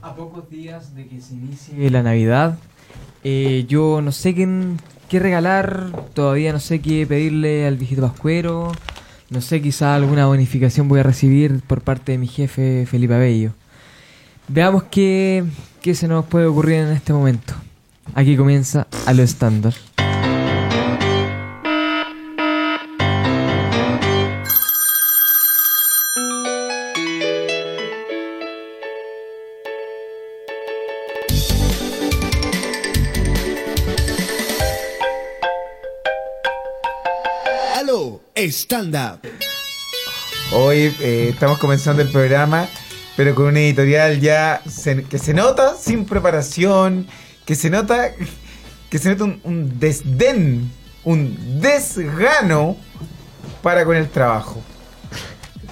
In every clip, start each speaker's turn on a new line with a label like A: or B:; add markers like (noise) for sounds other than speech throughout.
A: a pocos días de que se inicie la Navidad. Eh, yo no sé quién, qué regalar, todavía no sé qué pedirle al viejito Pascuero. No sé, quizá alguna bonificación voy a recibir por parte de mi jefe Felipe Abello. Veamos qué, qué se nos puede ocurrir en este momento. Aquí comienza a lo estándar.
B: Aló, stand up.
C: Hoy eh, estamos comenzando el programa, pero con una editorial ya se- que se nota sin preparación, que se nota, que se nota un, un desdén, un desgano para con el trabajo.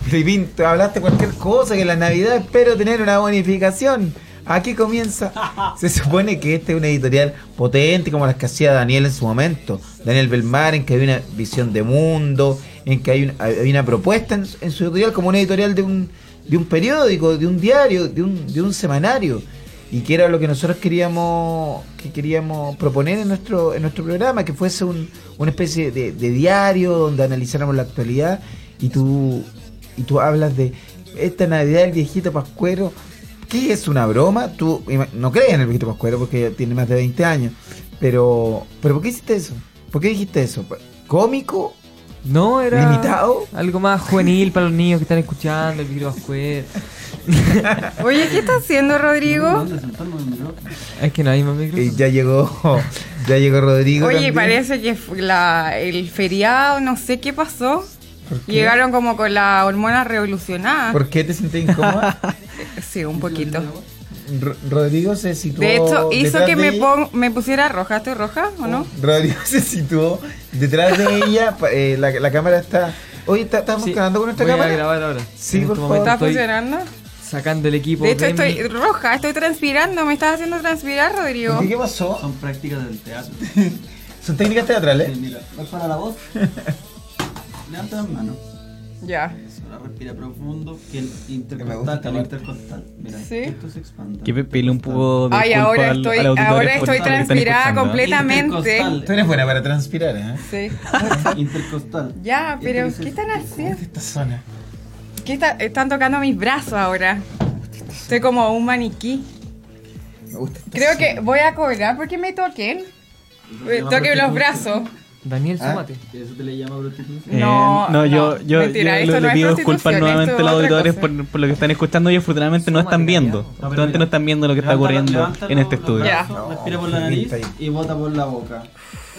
C: Filipín, tú hablaste cualquier cosa que en la Navidad espero tener una bonificación. Aquí comienza. Se supone que este es una editorial potente como las que hacía Daniel en su momento. Daniel Belmar, en que hay una visión de mundo, en que hay una, hay una propuesta en, en su editorial como una editorial de un, de un periódico, de un diario, de un, de un semanario. Y que era lo que nosotros queríamos que queríamos proponer en nuestro en nuestro programa, que fuese un- una especie de, de diario donde analizáramos la actualidad. Y tú y tú hablas de esta Navidad del viejito Pascuero. ¿Qué es una broma? Tú ima- no crees en el viejito Pascuero porque tiene más de 20 años. Pero, pero ¿por qué hiciste eso? ¿Por qué dijiste eso? Pues, ¿Cómico?
A: No, era
C: ¿Limitado?
A: algo más juvenil para los niños que están escuchando, el viejito Pascuero.
D: Oye, ¿qué está haciendo Rodrigo?
A: Es que no hay más
C: Eh,
A: micrófono.
C: ya llegó, (laughs) ya llegó Rodrigo.
D: Oye,
C: también.
D: parece que fue la, el feriado, no sé qué pasó.
C: qué?
D: Llegaron como con la hormona revolucionada.
C: ¿Por qué te sentís
D: (laughs)
C: incómoda?
D: Sí, un poquito.
C: Ro- Rodrigo se situó.
D: De hecho, hizo
C: detrás de
D: que me,
C: ella.
D: pon- me pusiera roja. ¿Estoy roja o no?
C: Rodrigo (laughs) se situó detrás de ella. pa- eh, la, la cámara está. Oye, ¿está- ¿está
A: Sí,
C: funcionando con nuestra
A: voy
C: cámara?
A: a grabar ahora.
C: Sí,
A: En
C: por
A: este
C: favor.
A: momento
D: ¿Está
A: estoy
D: funcionando?
A: sacando el equipo.
D: De hecho,
A: de mi-
D: estoy roja, estoy transpirando. Me estás haciendo transpirar, Rodrigo.
C: ¿Y ¿Qué pasó?
E: Son prácticas del
C: (laughs)
E: teatro.
C: Son técnicas teatrales.
E: Mira, vas para la voz. Levanta las manos.
D: Ya.
E: Eso, ahora respira profundo. Que el
C: Me gusta,
E: intercostal, el
C: ¿no?
E: intercostal. Mira,
D: Sí.
E: esto se expanda.
F: Que pele un poco de
D: Ay,
F: culpa
D: ahora
F: al-
D: estoy,
F: al auditorio
D: ahora
F: por-
D: estoy
F: que están
D: transpirada
F: escuchando. ¿eh?
D: completamente.
E: Intercostal.
C: Tú eres buena para transpirar, ¿eh?
D: Sí.
C: (laughs)
E: Intercostal.
D: Ya,
E: Y
D: pero
E: entonces-
D: ¿qué están haciendo?
C: Esta zona.
D: ¿Qué está- están tocando mis brazos ahora? Estoy como un maniquí.
C: Me gusta esta
D: Creo
C: zona.
D: que voy a cobrar porque me toquen. Me toquen los brazos.
A: Daniel,
C: Ah.
A: súmate.
E: Eso te le llama prostitución.
F: Eh,
D: No,
F: no,
D: no,
F: yo, yo,
D: mentira,
F: yo
D: esto no
F: le- le
D: es
F: pido
D: prostitución,
F: disculpas
D: esto
F: nuevamente
D: es
F: a los
D: otra
F: auditores
D: cosa.
F: por, por lo que están escuchando y afortunadamente no están viendo.
A: callado.
F: Afortunadamente no están viendo lo que está
E: Levanta-
F: ocurriendo
E: levanta
F: en este
E: los- los
F: estudio.
D: Ya.
E: brazos, Respira por la
C: No,
E: nariz
C: pinta ahí.
E: y bota por la boca.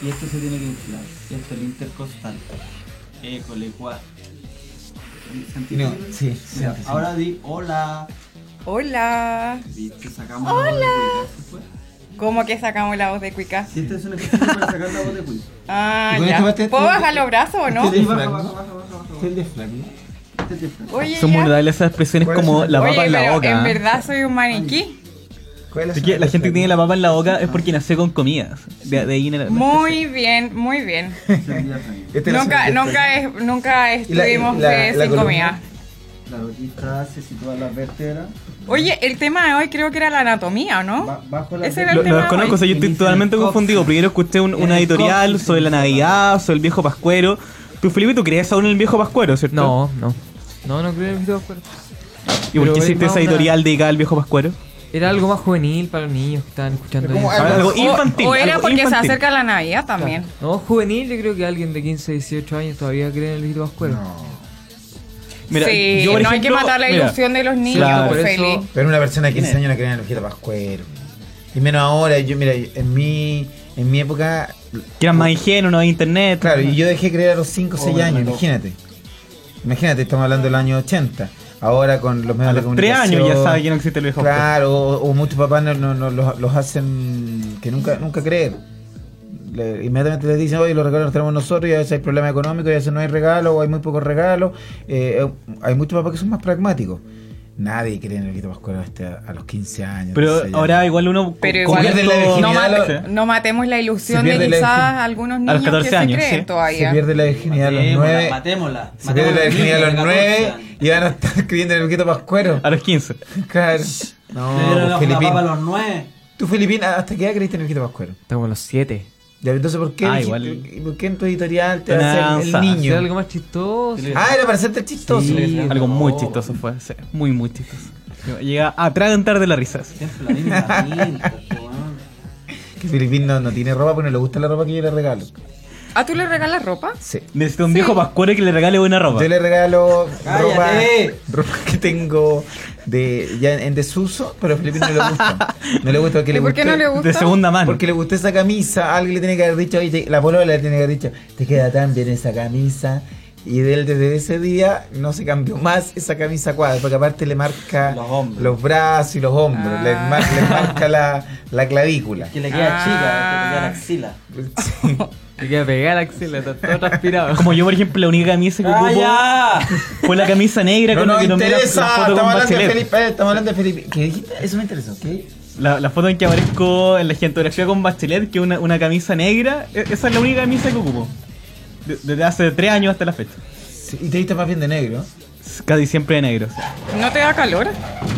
E: Y esto se tiene que inflar. Esto es el intercostal. École, cuá. ¿Sentiste?
C: No, sí, sí,
E: Mira,
C: sí.
E: Ahora di hola.
D: Hola.
E: Viste, sacamos la voz de cuica. ¿se fue?
D: ¿Cómo que sacamos la voz de cuica?
E: Sí, este es un ejercicio para sacar la voz de
C: (laughs)
E: cuica.
D: Ah,
C: ¿Y con esto
D: ya.
C: baste-
D: ¿Puedo bajar los brazos o no?
E: Sí,
C: el
E: baja,
C: flag,
E: baja,
C: ¿no?
E: baja, baja,
C: Este
E: baja.
C: es el de Flag, ¿no?
E: Este te fue.
D: Oye,
F: Son
D: ya.
F: muy vulnerables esas expresiones
C: ¿Cuál es
F: como
C: el-
F: la
D: Oye,
F: papa en la
D: pero
F: boca.
D: en
F: ¿eh?
D: verdad soy un maniquí.
C: ¿Cuál es
F: Así que la
C: zona
F: gente
C: de
F: que tiene la
C: Flag?
F: papa en la boca es porque nació con comidas. De, de ahí viene la-
D: Muy bien, muy bien.
E: Se olvida reír.
C: (laughs) Este es la zona de
D: Nunca,
C: Flag.
D: nunca, es- nunca
C: Y la- y
D: estuvimos
C: la-
D: eh,
C: la
D: sin
C: columna.
D: comida.
E: La boquita se sitúa en las vértebras.
D: Oye, el tema de hoy creo que era la anatomía, ¿o no?
E: ba- Bajo la
D: Ese era el
F: Lo,
D: tema
F: lo
D: de
F: desconozco,
D: hoy.
F: o sea, yo estoy
E: Inicia
F: totalmente
E: el cox.
F: confundido. Primero escuché un- una
E: El
F: editorial
E: cox.
F: sobre la Navidad, sobre el viejo Pascuero. Tú, Felipe, tú creías aún en el viejo Pascuero, ¿cierto?
A: No, no. No, no creo en el viejito Pascuero.
F: ¿Y por
A: Pero
F: qué
A: es
F: hiciste
A: más
F: esa
A: una-
F: editorial dedicada al viejo Pascuero?
A: Era algo más juvenil para los niños que estaban escuchando.
C: ¿Cómo
A: ahí.
C: algo-
F: Algo
C: O-
F: infantil.
D: O, o era
F: algo
D: porque se
F: infantil.
D: acerca la Navidad también.
A: No, juvenil, yo creo que alguien de 15, 18 años todavía cree en el viejito Pascuero.
D: sí,
F: yo, por
D: no hay que
F: ejemplo,
D: matar la
F: mira,
D: ilusión de los niños, pues,
F: claro,
A: por eso-
D: Feli.
C: Pero una persona de 15 años no cree en el ojito pascuero. Y menos ahora, yo, mira, en mi, en mi época,
F: Que eran más ingenuos, no había internet.
C: claro, y yo dejé de creer a los 5 o
F: Oh,
C: 6
E: bueno,
C: años,
E: no.
C: imagínate. Imagínate, estamos hablando del año 80. Ahora con los medios
F: A
C: de
F: los tres
C: comunicación.
F: años ya sabe que no existe el viejo Pascuero.
C: Claro, o, o muchos papás no, no- no- los, los hacen que nunca, nunca creen. Le- inmediatamente les dicen, oye, los regalos los tenemos nosotros y a veces hay problemas económicos y a veces no hay regalos o hay muy pocos regalos. Eh, eh, hay muchos papás que son más pragmáticos. Nadie cree en el grito pascuero este a a los 15 años.
F: Pero
C: 16 años.
F: ahora igual uno...
D: Pero
F: como
D: igual
F: que
C: pierde la
F: esto-
D: no,
C: virginidad,
D: mate-
F: lo-
D: no matemos la
C: Se
D: ilusión
C: pierde
D: de
C: la
D: quizás
C: virginidad.
D: algunos
F: los
D: niños
F: 14
D: que
F: años,
D: se creen
F: sí.
C: Se
D: todavía.
C: pierde la virginidad a los 9.
E: Matémosla.
C: Se pierde la virginidad a los 9 y van a
E: ahora
C: estar (laughs) creyendo en el grito pascuero.
F: A los 15.
C: Claro.
E: Le dieron
C: No,
E: la papa a
C: Filipín.
E: los 9.
C: Tú, Filipín, ¿hasta qué edad creíste en el grito pascuero?
A: Estamos los siete.
C: Ya, entonces, ¿por qué,
F: Ah,
C: dijiste-
F: igual.
C: y ¿por qué en tu editorial te
F: Una
C: hace el
F: danza.
A: Hacer
C: niño?
A: algo más chistoso.
E: Sí.
C: Ah, era para hacerte el chistoso.
A: Sí.
F: Algo muy
E: no.
F: chistoso fue. sí, Muy, muy chistoso. Llega a atragantar de la risa. sí.
E: Siempre la
C: (laughs)
E: misma pinta, po, weón.
C: Que Filipín no, no tiene ropa, pero no le gusta la ropa que yo le regalo.
D: ¿Ah, tú le regalas ropa?
C: Sí.
F: Necesito un viejo pascuero que le regale buena ropa.
C: Yo le regalo ropa,
E: ¡Cállate!
C: ropa que tengo de ya en desuso, pero a Filipín no le gusta. No le gusta porque
D: (laughs) ¿Y
C: le
D: por qué no
C: gusté-
D: le gusta?
F: De segunda mano.
C: Porque le gustó esa camisa, alguien le tiene que haber dicho, oye, te- la polola le tiene que haber dicho, te queda tan bien esa camisa. Y de él desde ese día no se cambió más esa camisa cuadra, porque aparte le marca
E: Los hombros.
C: los brazos y los hombros,
D: Ah.
C: le, mar- le marca la, la clavícula.
D: (laughs)
E: Que le queda
D: Ah.
E: chica, que le queda la axila.
C: Sí.
A: Te queda pegada la axila, está todo transpirado.
F: Como yo, por ejemplo, la única camisa que
E: ¡Ah,
F: ocupo
E: ¡Calla!
C: (laughs)
F: fue la camisa negra
C: Ah, No
F: con la
C: nos
F: que tomé la, la
C: interesa,
F: foto
C: estamos
F: con
C: hablando de
F: Bachelet.
C: Felipe, eh, estamos hablando de Felipe. ¿Qué dijiste? Eso me interesó, ¿qué?
F: La, la foto en que aparezco en la gigantografía con Bachelet, que es una, una camisa negra, e- esa es la única camisa que ocupo. De- Desde hace tres años hasta la fecha.
C: Sí, y te viste más bien de negro.
F: Es Casi siempre de negro. o sea.
D: ¿No te da calor?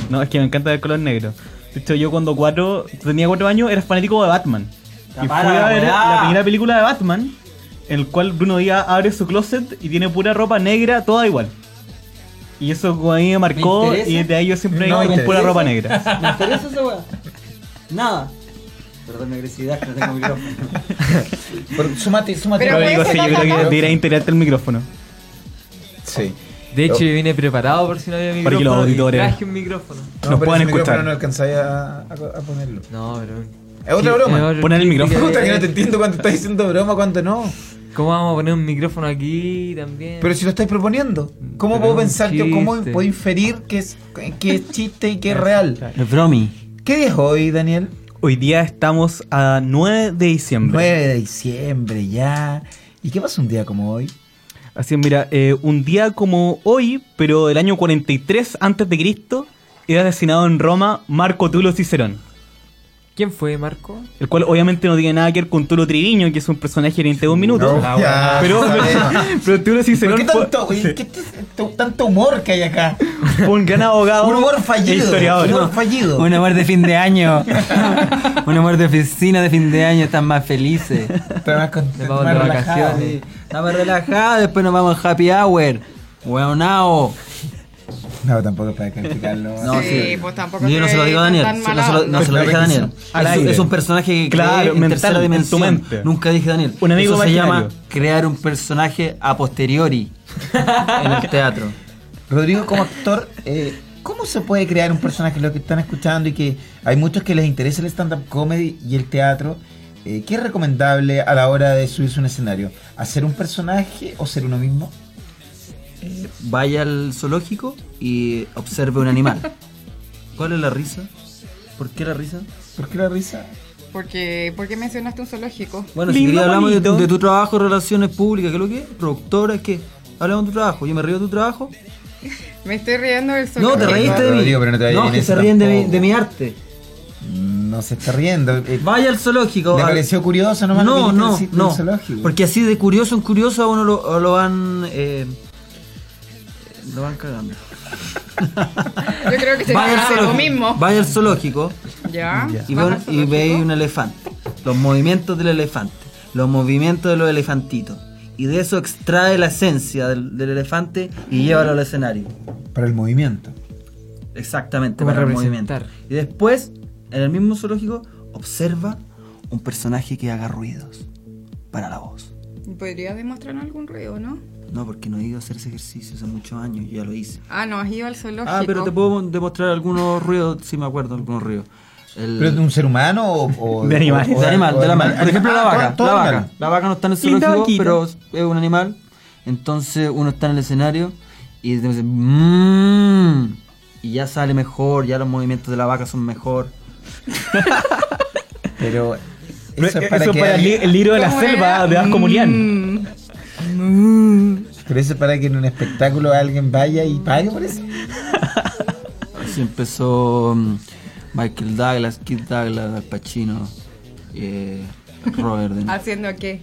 F: No, es que me encanta el color negro. De hecho, yo cuando cuatro, tenía cuatro años era fanático de Batman.
E: Ya
F: Y
E: para,
F: fui a ver
E: weá.
F: la primera película de Batman, en el cual Bruno Díaz abre su closet y tiene pura ropa negra, toda igual. Y eso como a mí me marcó
E: interesa?
F: y desde ahí yo siempre
C: No
F: he
C: me
F: ido con pura
E: interesa.
F: ropa negra.
E: ¿Me interesa esa weá? Nada. Perdón mi agresividad, que no tengo micrófono.
C: Pero sumate, sumate.
D: Pero
F: Lo digo
D: puede ser
F: así, yo
D: acá,
F: creo que
D: acá.
F: debería integrarte el micrófono.
C: Sí.
A: De hecho, yo vine preparado por si no había
F: Para
A: micrófono.
F: que los
A: y
F: auditores-
A: Traje un micrófono.
C: No,
F: Nos
C: pero
F: pueden
C: ese micrófono
F: escuchar.
C: No alcanzáis a, a- a ponerlo.
A: No, pero.
C: Es otra broma.
A: ahora-
F: Poner el micrófono.
C: Puta que no te entiendo cuando estás diciendo broma, cuando no.
A: ¿Cómo vamos a poner un micrófono aquí también?
C: Pero si lo estáis proponiendo, ¿cómo
A: Pero
C: puedo
A: es un
C: pensar yo, cómo
A: chiste.
C: puedo inferir que es, que es chiste y que es real?
E: El bromi.
C: ¿Qué día es hoy, Daniel?
F: Hoy día estamos a 9 de diciembre.
C: 9 de diciembre ya. ¿Y qué pasa un día como hoy?
F: Así es, mira, eh, un día como hoy, pero del año 43 antes de Cristo, era asesinado en Roma Marco Tulio Cicerón.
A: ¿Quién fue, Marco?
F: El cual obviamente no tiene nada que ver con Tulio Triviño, que es un personaje de 31 minutos. Ah,
C: No, ya, (laughs)
F: pero,
C: sabemos.
F: (laughs) pero Tulio
C: ¿Por
F: Cicerón
C: qué
F: fue,
C: tanto, oye, qué t- t- tanto humor que hay acá?
F: fue un gran abogado.
C: Un humor
F: e
C: fallido.
F: historiador.
C: Un humor fallido.
G: Un amor de fin
E: (laughs)
G: de año. Un amor de oficina de fin de año. Están más felices.
C: Estás más
A: De
C: contento,
A: vamos
C: más
A: de
C: relajado.
A: vacaciones.
G: Estamos relajados. Después nos vamos a happy hour. Weonao.
C: No, tampoco es para calificarlo.
G: No,
D: sí,
G: sí.
D: pues tampoco.
G: Yo no se lo digo a
D: tan-
G: Daniel.
D: tan
G: se- No
D: mala
G: se lo, no
D: onda.
G: se lo dije a Daniel.
F: Al
G: Es,
F: aire.
G: es un personaje que
F: Claro,
G: claro,
F: mental,
G: en tercera
F: en tu
G: dimensión.
F: mente.
G: Nunca dije Daniel.
F: Un amigo
G: Eso se
F: imaginario.
G: llama crear un personaje a
F: (laughs)
G: posteriori en el teatro.
C: Rodrigo, como actor, eh, ¿cómo se puede crear un personaje? Lo que están escuchando y que hay muchos que les interesa el stand-up comedy y el teatro. eh, ¿Qué es recomendable a la hora de subirse a un escenario? ¿Hacer un personaje o ser uno mismo?
G: Vaya al zoológico y observe un animal. ¿Cuál es la risa? ¿Por qué la risa?
C: ¿Por qué la risa?
D: Porque, porque mencionaste un zoológico.
G: Bueno, si
F: Lindo,
G: quería hablamos de,
F: bonito.
G: de tu trabajo, relaciones públicas, ¿qué es lo que es? Productora, ¿qué? Hablamos de tu trabajo. Yo me río de tu trabajo.
D: Me estoy riendo del
G: No,
D: zoológico.
G: te
C: Pero
G: reíste
C: claro,
G: de mí.
C: Rodrigo, pero no te vayas
G: es
C: en
G: que
C: eso
G: se ríen de mi,
C: tampoco.
G: de mi arte.
C: Mm, No se está riendo. eh,
G: Vaya al zoológico.
C: ¿Le
G: al-
C: pareció curioso nomás lo que
G: No,
C: dijiste
G: no,
C: del sitio del
G: no.
C: zoológico?
G: Porque así de curioso en curioso a uno lo, lo van. eh, lo van cagando.
D: Yo creo que sería
G: Vaya al
D: hacer Este lo
G: zoológico.
D: mismo.
G: Vaya al zoológico
D: Ya. vas
G: y, ve,
D: al
G: y
D: zoológico.
G: ve un elefante. Los movimientos del elefante. Los movimientos de los elefantitos. Y de eso extrae la esencia del, del elefante y llévalo al escenario.
C: Para el movimiento.
G: Exactamente,
A: Como
G: para el
A: representar.
G: movimiento. Y después, en el mismo zoológico, observa un personaje que haga ruidos para la voz.
D: Podría demostrar algún ruido, ¿no?
G: No, porque no he ido a hacer ese ejercicio hace muchos años, yo ya lo hice.
D: Ah, no, has ido al zoológico.
G: Ah, pero te puedo demostrar algunos ruidos, si me acuerdo, algunos ruidos. El-
C: ¿Pero de un ser humano o...? o-
F: De animal.
C: o- o-
G: (laughs) de animal,
C: o
G: de la mar. Por ejemplo, la
C: Ah,
G: vaca.
C: todo-
G: La
C: todo
G: vaca.
C: animal.
G: La vaca no está en el
F: Linda
G: zoológico,
F: vaquita.
G: pero es un animal. Entonces uno está en el escenario y te dice, "Mm", y ya sale mejor, ya los movimientos de la vaca son mejor.
C: Pero...
F: Pero
C: Eso es para, que
F: el, li-
C: alguien-
F: el libro de la
D: ¿Cómo
F: selva
D: era?
F: de Vasco Murián.
D: Mm.
C: pero eso es para que en un espectáculo alguien vaya y pague por eso.
G: Sí, empezó mm, Michael Douglas, Kid Douglas, Al Pacino, eh, Robert
C: Ah.
G: De Niro.
D: ¿Haciendo qué?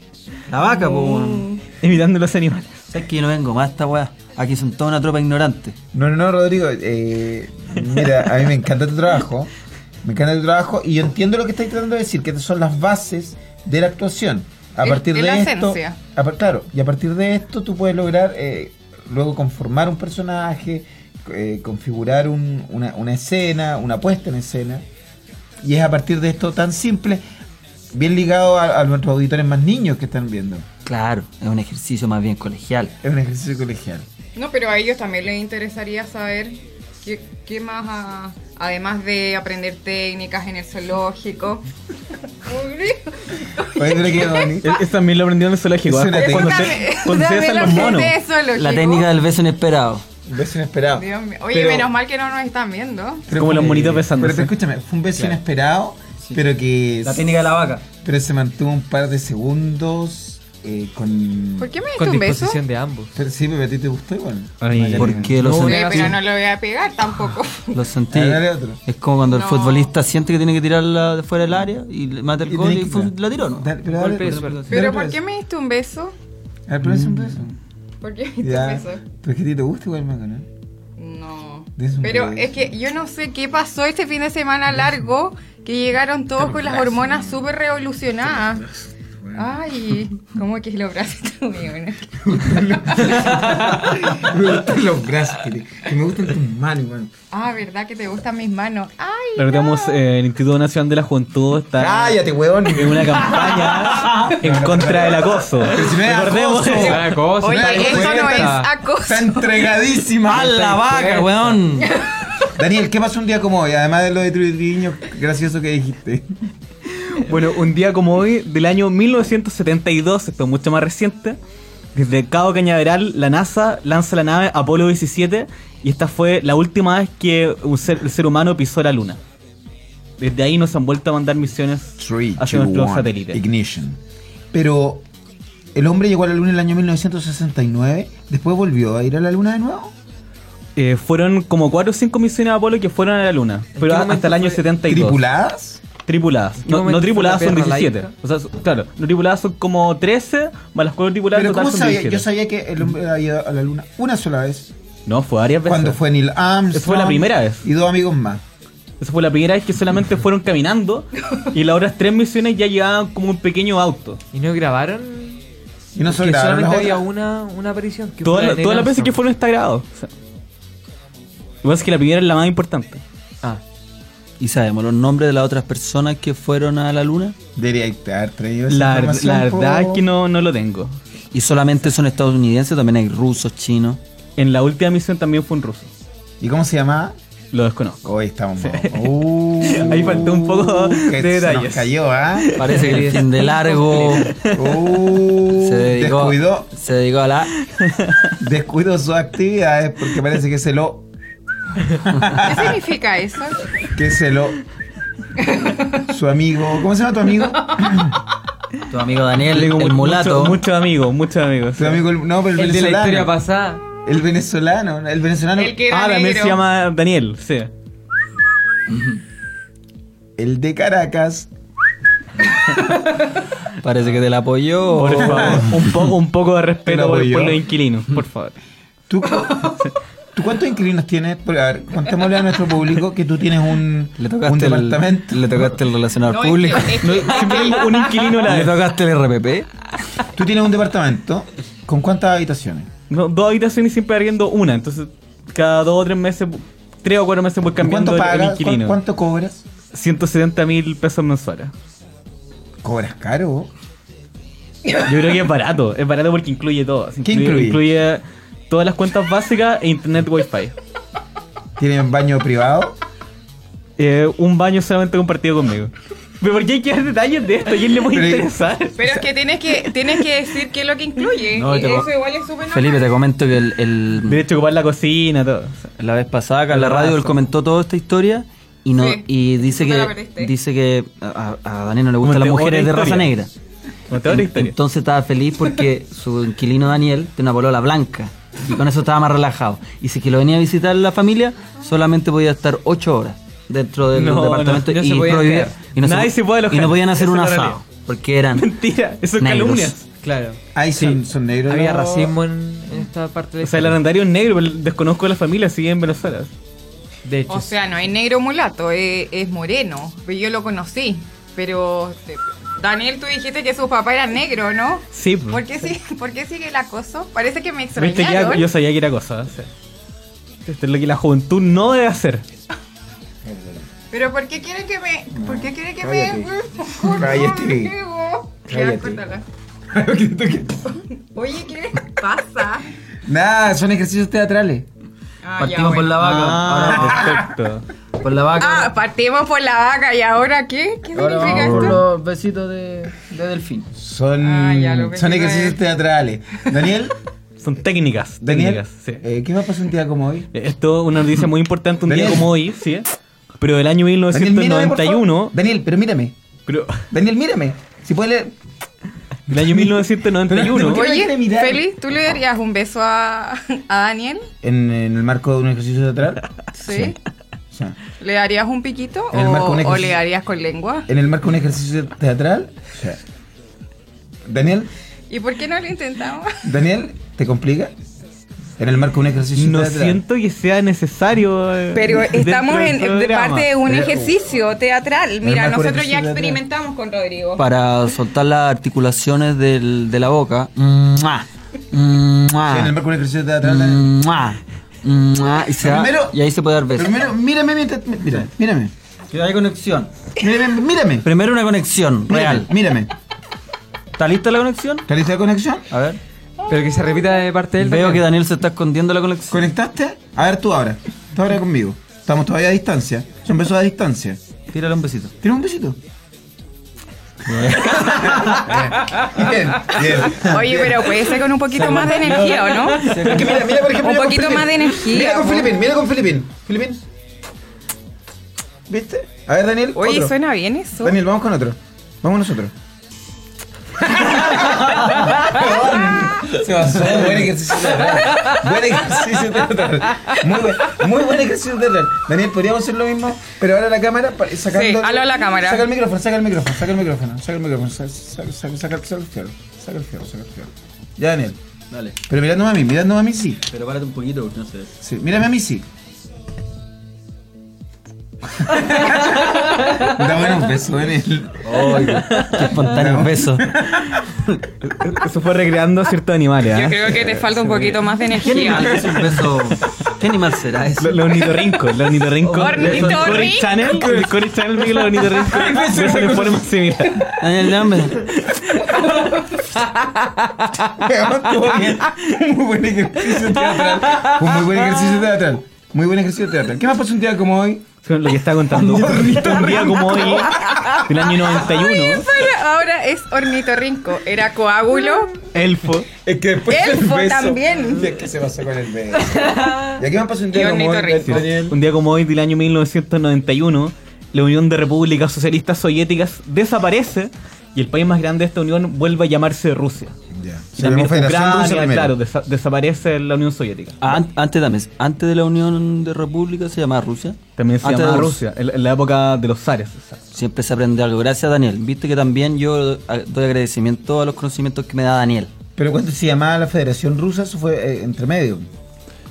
G: La vaca, po, weón.
F: Evitando los animales.
G: Sabes que yo no vengo más a esta weá. Aquí son toda una tropa ignorante.
C: No, no, no, Rodrigo. eh, mira, a mí me encanta tu trabajo. Me encanta tu trabajo y yo entiendo lo que estáis tratando de decir, que estas son las bases de la actuación. A
D: El-
C: partir
D: de
C: de,
D: la
C: esto,
D: esencia.
C: a par- claro, y a partir de esto tú puedes lograr eh, luego conformar un personaje, eh, configurar un- una, una escena, una puesta en escena. Y es a partir de esto tan simple, bien ligado a, a nuestros auditores más niños que están viendo.
G: Claro, es un ejercicio más bien colegial.
C: Es un ejercicio colegial.
D: No, pero a ellos también les interesaría saber qué, qué más, ah, además de aprender técnicas en el zoológico.
C: Oye, mira qué bonito.
F: E- Eso también lo aprendí en el zoológico.
C: Es
F: ah,
C: una
F: Cuando
C: técnica.
F: se, cuando se besan
D: Dame
F: los
D: los
F: monos.
D: de zoológico.
G: La técnica del beso inesperado.
C: Un beso inesperado.
D: Dios mío. Oye,
C: Pero-
D: menos mal que no nos están viendo.
F: Pero como los monitos besándose.
C: Pero, pero escúchame, fue un beso inesperado, pero que
G: La técnica de la vaca.
C: pero se mantuvo un par de segundos eh, con...
D: ¿Por qué me diste
A: Con
D: un beso?
A: disposición de ambos.
C: Pero sí, pero a ti te gustó igual.
F: Ay,
C: Macarena.
G: Porque lo,
A: No,
G: sen-
D: Sí, pero no eh. lo voy a pegar tampoco.
G: lo sentí.
C: Ah, dale otro.
G: Es como cuando el
D: No.
G: futbolista siente que tiene que tirarla de fuera del área y le mata el
C: Y
G: gol
C: tenés
G: y
C: que-
G: fue- la tiró, ¿no?
C: Dale, pero dale,
A: Golpe de
C: otro.
A: suerte.
D: ¿Pero
C: Dale pues.
D: por
C: otro.
D: qué me diste un beso?
C: A ver, pero
G: Mm.
C: es un beso.
D: ¿Por qué me diste un
C: Ya.
D: beso?
C: Pero es que a ti te gusta igual, Maca, ¿no?
D: No.
C: Des un
D: Pero
C: beso.
D: es que yo no sé qué pasó este fin de semana largo que llegaron todos con las hormonas súper revolucionadas. Ay, ¿cómo que los brazos también?
C: me gustan los brazos, que, te- que me gustan tus manos, weón.
D: Ah, ¿verdad que te gustan mis manos? Ay,
F: Recordemos, eh, el Instituto Nacional de la Juventud está
C: Cállate,
G: (laughs)
C: weón.
F: en una campaña en contra del acoso.
C: si no era
F: Recordemos
C: acoso.
F: eso.
A: Una cosa,
D: Oye,
A: tal
D: eso
A: cual.
D: no es
A: Está-
D: acoso.
C: Está entregadísima.
G: ¡A la vaca, weón!
C: Daniel, ¿qué pasó un día como hoy? Además de lo de Triviño, gracioso que dijiste.
F: Bueno, un día como hoy, del año 1972, esto es mucho más reciente, desde Cabo Cañaveral, la NASA lanza la nave Apolo 17 y esta fue la última vez que un ser, el ser humano pisó la Luna. Desde ahí nos han vuelto a mandar misiones hacia nuestro satélite.
C: Ignition. Pero el hombre llegó a la luna en el año 1969, después volvió a ir a la luna de nuevo.
F: Eh, fueron como 4 o 5 misiones Apolo que fueron a la Luna, pero
A: qué
F: hasta el
A: momento
F: año
A: fue
F: 72.
C: ¿Tripuladas?
F: Tripuladas.
A: qué
F: No,
A: momento
F: no
A: fue
F: tripuladas
A: la
F: son
A: perra
F: 17.
A: laica?
F: O sea, son- claro, no tripuladas son como 13, más las 4 tripuladas
C: Pero
F: en total
C: ¿cómo
F: son
C: sabía?
F: 17.
C: Yo sabía que el hombre había ido a la luna una sola vez.
F: No, fue varias veces.
C: Cuando fue Neil Armstrong.
F: Fue la primera vez.
C: Y dos amigos más.
F: Esa fue la primera vez
A: (laughs)
F: que solamente fueron caminando y las otras tres misiones ya llegaban como un pequeño auto.
A: ¿Y no grabaron?
C: Y no se
A: Porque
C: grabaron
A: solamente había
C: las otras.
A: una, una aparición. que
F: Todas
A: fue la
F: las
A: de
F: todas las
A: Neil
F: veces que
A: Armstrong.
F: fueron está grabado. O sea, lo que pasa es que la primera es la más importante.
A: Ah,
G: ¿Y sabemos los nombres de las otras personas que fueron a la luna?
C: Debería haber traído esa
F: La, ver-
C: información,
F: la verdad es
C: po.
F: que no, no lo tengo.
G: Y solamente son estadounidenses, también hay rusos, chinos.
F: En la última misión también fue un ruso.
C: ¿Y cómo se llamaba?
F: Lo desconozco.
C: Hoy estamos. Uh,
F: (laughs) Ahí faltó un poco de
C: que se
F: detalles.
C: Nos cayó,
F: (laughs)
C: ¿ah?
A: parece que (laughs)
G: El fin de largo
C: Uh,
G: se dedicó,
C: descuidó,
G: se dedicó a la...
C: descuidó sus actividades porque parece que se lo
D: ¿qué significa eso?
C: que se lo su amigo ¿cómo se llama tu amigo?
G: Tu amigo Daniel, el mulato.
F: Muchos amigos, muchos amigos.
C: tu amigo el- no pero el,
A: El de la
C: venezolano
A: historia pasada.
C: el venezolano el venezolano
D: El que era
F: Ah, también
D: negro.
F: se llama Daniel, sí.
C: el de Caracas
G: Parece que te la apoyó.
F: Por favor, un, po- un poco de respeto
C: Pero
F: por,
C: voy
F: por
C: yo.
F: los inquilinos,
G: (laughs)
F: por favor.
D: (laughs)
C: ¿tú, ¿tú cuántos inquilinos tienes? Porque, a ver contémosle a nuestro público que tú tienes un,
G: Le
C: un
G: tocaste, el,
C: departamento
G: le tocaste el relacionado
D: No, es
G: público.
D: que- es
F: No,
D: que-
F: siempre hay
G: (laughs)
F: un inquilino a la
G: Le
F: vez.
G: tocaste el RPP.
D: Eh,
C: tú tienes un departamento ¿con cuántas habitaciones?
F: No, dos habitaciones y siempre arriendo una. Entonces, cada dos o tres meses, tres o cuatro meses voy
C: ¿Y
F: cambiando
C: ¿cuánto
F: el, el
C: pagas? ¿Cu-
F: inquilino.
C: ¿cuánto cobras?
F: 170 mil pesos mensuales.
C: ¿cobras caro? vos?
F: Yo creo que es barato. Es barato porque incluye todo. Así
C: ¿Qué incluye?
F: incluye? Incluye todas las cuentas básicas e internet wifi.
C: ¿tienes un baño privado?
F: Eh, un baño solamente compartido conmigo. Pero ¿por qué hay que dar detalles de esto? ¿A quién le puede
C: Pero-
F: interesar?
D: Pero es que tienes que, tienes que decir qué es lo que incluye.
G: No,
D: y
G: te-
D: eso igual es súper
G: Felipe, te comento que el, el-
F: Derecho a ocupar la cocina, todo. O sea,
G: la vez pasada acá en la radio él comentó toda esta historia y no
D: Sí,
G: y dice
D: no te la
G: que
D: perdiste.
G: dice que a, a- a Daniel no le
F: Como
G: gustan las
F: te-
G: mujeres
F: otra
G: de raza
F: historia.
G: negra.
F: como toda la historia. (laughs)
G: Entonces estaba feliz porque su inquilino Daniel tiene una polola blanca. Y con eso estaba más relajado. Y si que lo venía a visitar la familia, solamente podía estar ocho horas dentro del
F: No, no,
G: departamento
A: no
G: y
A: se podían
G: prohibía-
A: quedar.
G: y no
F: Nadie se puede alojar.
G: y no podían hacer
F: Esa
G: un
F: es la
G: asado. Porque
F: (laughs)
G: eran.
F: Mentira, eso es
G: Negros.
F: calumnias.
A: Claro.
C: Ahí son, son negros.
A: Había
C: los-
A: racismo en, en esta parte de
F: O sea, el arrendario es negro, pero desconozco a la familia, sigue en Venezuela.
A: De hecho.
D: O sea, no es negro mulato, es, es moreno. Pero Yo lo conocí, pero te- Daniel, tú dijiste que su papá era negro, ¿no?
F: Sí,
C: Mm.
F: po.
D: ¿Por qué, sí, (laughs) ¿Por qué sigue el acoso? Parece que me
F: Viste, ya-
D: extrañaron.
F: yo sabía que era cosa. o sea. Esto es lo que la juventud no debe hacer.
D: Pero ¿por qué quiere que me... ¿Por qué quiere que
C: Cállate.
D: me... (laughs) Por favor,
C: Cállate.
D: amigo.
C: Cállate.
D: Ya,
C: (laughs)
D: cuéntala. Oye, ¿qué les pasa?
G: Nada, son ejercicios teatrales.
D: Ah, ya, bueno.
G: Partimos por la vaca.
F: Ah, perfecto.
G: Ahora, por la vaca.
D: Ah, partimos por la vaca y ahora qué? ¿Qué
G: ahora
D: significa
G: vamos por
D: esto?
G: los besitos de, de delfín.
C: Son,
D: Ah, ya, lo que
C: son
D: te iba a
C: ejercicios
D: decir.
C: teatrales. Daniel,
D: (laughs)
F: Son técnicas.
C: Daniel,
F: Técnicas, sí.
C: eh, ¿qué más pasó un día como hoy?
F: Esto es una noticia muy importante un día
C: Daniel.
F: como hoy, sí. Pero del año
C: Daniel, mírame, por favor.
F: 1991.
C: Daniel, pero mírame.
F: Pero (laughs)
C: Daniel, mírame. Si puedes leer.
F: del año 1991.
C: ¿Por qué no quiere
D: Oye,
C: mirar?
D: Feli, ¿tú le darías un beso a, a Daniel?
C: En, en el marco de un ejercicio teatral.
F: (laughs)
D: ¿Sí?
C: O sea,
D: ¿Le darías un piquito
C: En el marco de
D: o,
C: un
D: o
C: ejercicio.
D: le darías con lengua?
C: en el marco de un ejercicio teatral. O sea, Daniel,
D: ¿Y por qué no lo intentamos?
C: Daniel, ¿te complica? En el marco de un ejercicio
F: No
C: teatral.
F: siento que sea necesario. eh,
D: (laughs) Pero
F: dentro
D: estamos
F: del
D: en, de
F: programa.
D: parte de un
C: Pero-
D: ejercicio teatral. Mira,
C: marco de
D: nosotros ya
C: oh. ejercicio teatral.
D: experimentamos con Rodrigo.
G: Para soltar las articulaciones del- de la boca. ¡Mua! ¡Mua!
C: Sí, en el marco de un ejercicio teatral.
F: Ah.
C: Daniel.
G: ¡Mua! ¡Mua! Y, se da-
C: Primero-
G: y ahí se puede dar besos.
C: Primero, mírame mientras. Mira, mírame.
G: hay conexión.
C: Mírame, mírame.
G: Primero una conexión real.
C: Mírame. mírame.
G: ¿Está lista la conexión?
C: ¿Está lista la conexión?
F: Ah.
G: A ver.
A: Pero que se repita de parte de él.
G: Veo
A: también.
G: que Daniel se está escondiendo la conexión.
C: ¿Conectaste? A ver tú ahora. Tú ahora conmigo. Estamos todavía a distancia. Son besos a distancia.
G: Tírale un besito.
C: ¿Tienes un besito? (laughs) bien, bien.
D: (laughs) Oye, pero puede ser con un poquito más de energía, ¿o no?
C: Es que mira, mira, por ejemplo,
D: Un
C: mira con
D: poquito
C: Filipín.
D: más de energía,
C: Mira con
D: po.
C: Filipín, mira con Filipín. Filipín. ¿Viste? A ver, Daniel.
D: Oye,
C: otro.
D: suena bien eso.
C: Daniel, vamos con otro. Vamos nosotros. (laughs) Se basó. Buen ejercicio teatral. Buen ejercicio teatral. Muy buen, muy buen ejercicio teatral. Daniel, podríamos hacer lo mismo, pero ahora la cámara, pa- sacando.
D: Sí, hazlo a la cámara.
C: Saca el micrófono, saca el micrófono, saca el micrófono, saca el micrófono, saca, saca, saca, saca, saca el fierro, saca el fierro, saca el fierro. Ya, Daniel.
G: Dale.
C: Pero mirándome a mí, mirándome a mí sí.
G: Pero párate un poquito porque no sé.
C: sí mírame a mí sí. (laughs) da buenos besos, Daniel.
G: Qué espontáneo un beso.
F: Eso fue recreando a ciertos animales.
D: Yo
F: ¿ah?
D: creo que te falta un poquito más de
G: ¿Qué animal es
D: energía.
G: un beso? ¿Qué animal será eso?
F: Los ornitorrincos, los ornitorrincos.
D: Ornitorrinco.
F: Discovery Channel, Discovery Channel, vi
D: (laughs)
F: los ornitorrincos. No se le pone más similar.
G: Daniel, dame.
C: Estuvo bien. (laughs) Un muy buen ejercicio teatral. Un muy buen ejercicio teatral. Muy buen ejercicio teatral. ¿Qué más pasó un día como hoy?
F: Lo que está contando. Un día como hoy, del año 91,
D: (laughs) Para- ahora es ornitorrinco. Era coágulo.
F: elfo.
C: Es que después
D: Elfo también.
C: Es que se pasó con el
D: (laughs)
C: beso. ¿Y a qué más pasó un
D: Y
C: día como hoy?
D: ornitorrinco.
C: Daniel?
F: Un día como hoy, del año 1991, la Unión de Repúblicas Socialistas Soviéticas desaparece y el país más grande de esta unión vuelve a llamarse Rusia.
C: Ya.
F: Y también
C: Federación Rusa
F: Ucrania,
C: primero.
F: claro, desa- desaparece la Unión Soviética. Ah,
G: Ah, An- antes, dame, antes de la Unión de Repúblicas se llamaba Rusia.
F: También se
G: Antes
F: llamaba
G: de-
F: Rusia, en, en la época de los zares. exacto.
G: Siempre se aprende algo. Gracias, Daniel. Viste que también yo a- doy agradecimiento a los conocimientos que me da Daniel.
C: Pero cuando se llamaba la Federación Rusa, eso fue eh, entre medio.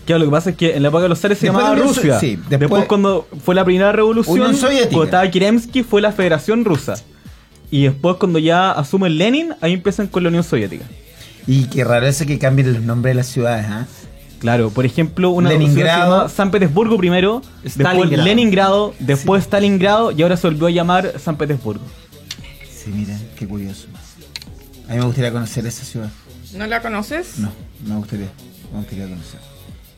F: Claro, lo que pasa es que en la época de los zares se
C: Después
F: llamaba
C: de la Unión
F: Rusia.
C: So- sí,
F: después,
C: después-
F: cuando fue la primera revolución,
C: Unión Soviética.
F: cuando estaba Kerensky, fue la Federación Rusa. Y después cuando ya asume Lenin, ahí empiezan con la Unión Soviética.
C: Y qué raro eso que cambien los nombres de las ciudades, ¿ah?
F: Claro, por ejemplo, una
C: Leningrado.
F: ciudad se llamaba San Petersburgo primero, después
G: Stalingrado.
F: Leningrado, después Stalingrado y ahora se volvió a llamar San Petersburgo.
C: Sí, mira, qué curioso. A mí me gustaría conocer esa ciudad.
D: ¿No la conoces?
C: No, me gustaría, me gustaría conocer.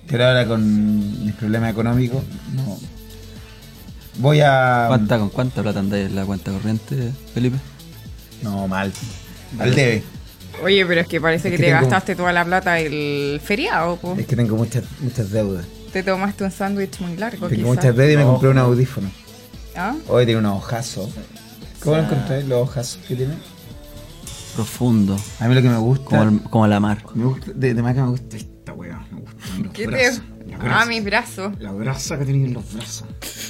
C: Pero ahora con mis problemas económicos, no. Voy a.
G: ¿Cuánta, ¿Con cuánta plata andáis en la cuenta corriente, Felipe?
C: No, mal. Al debe.
D: Oye, pero es que parece
C: Es
D: que,
C: que
D: te
C: tengo-
D: gastaste toda la plata el feriado, po.
C: Es que tengo muchas, muchas deudas.
D: Te tomaste un sándwich muy largo,
C: tengo
D: quizás.
C: muchas deudas y me compré un audífono.
D: ¿Ah?
C: Hoy tiene unos ojazos. ¿Cómo lo encontré? Los ojazos que tiene.
G: Profundo.
C: A mí lo que me gusta.
G: Como, el- como la mar.
C: Me gusta de, de más que me gusta esta
H: weón. Me gustan los
D: ¿Qué
H: brazos,
D: te.?
H: las
D: Ah,
H: grasas.
D: mis brazos.
H: La grasa que tenéis en los brazos.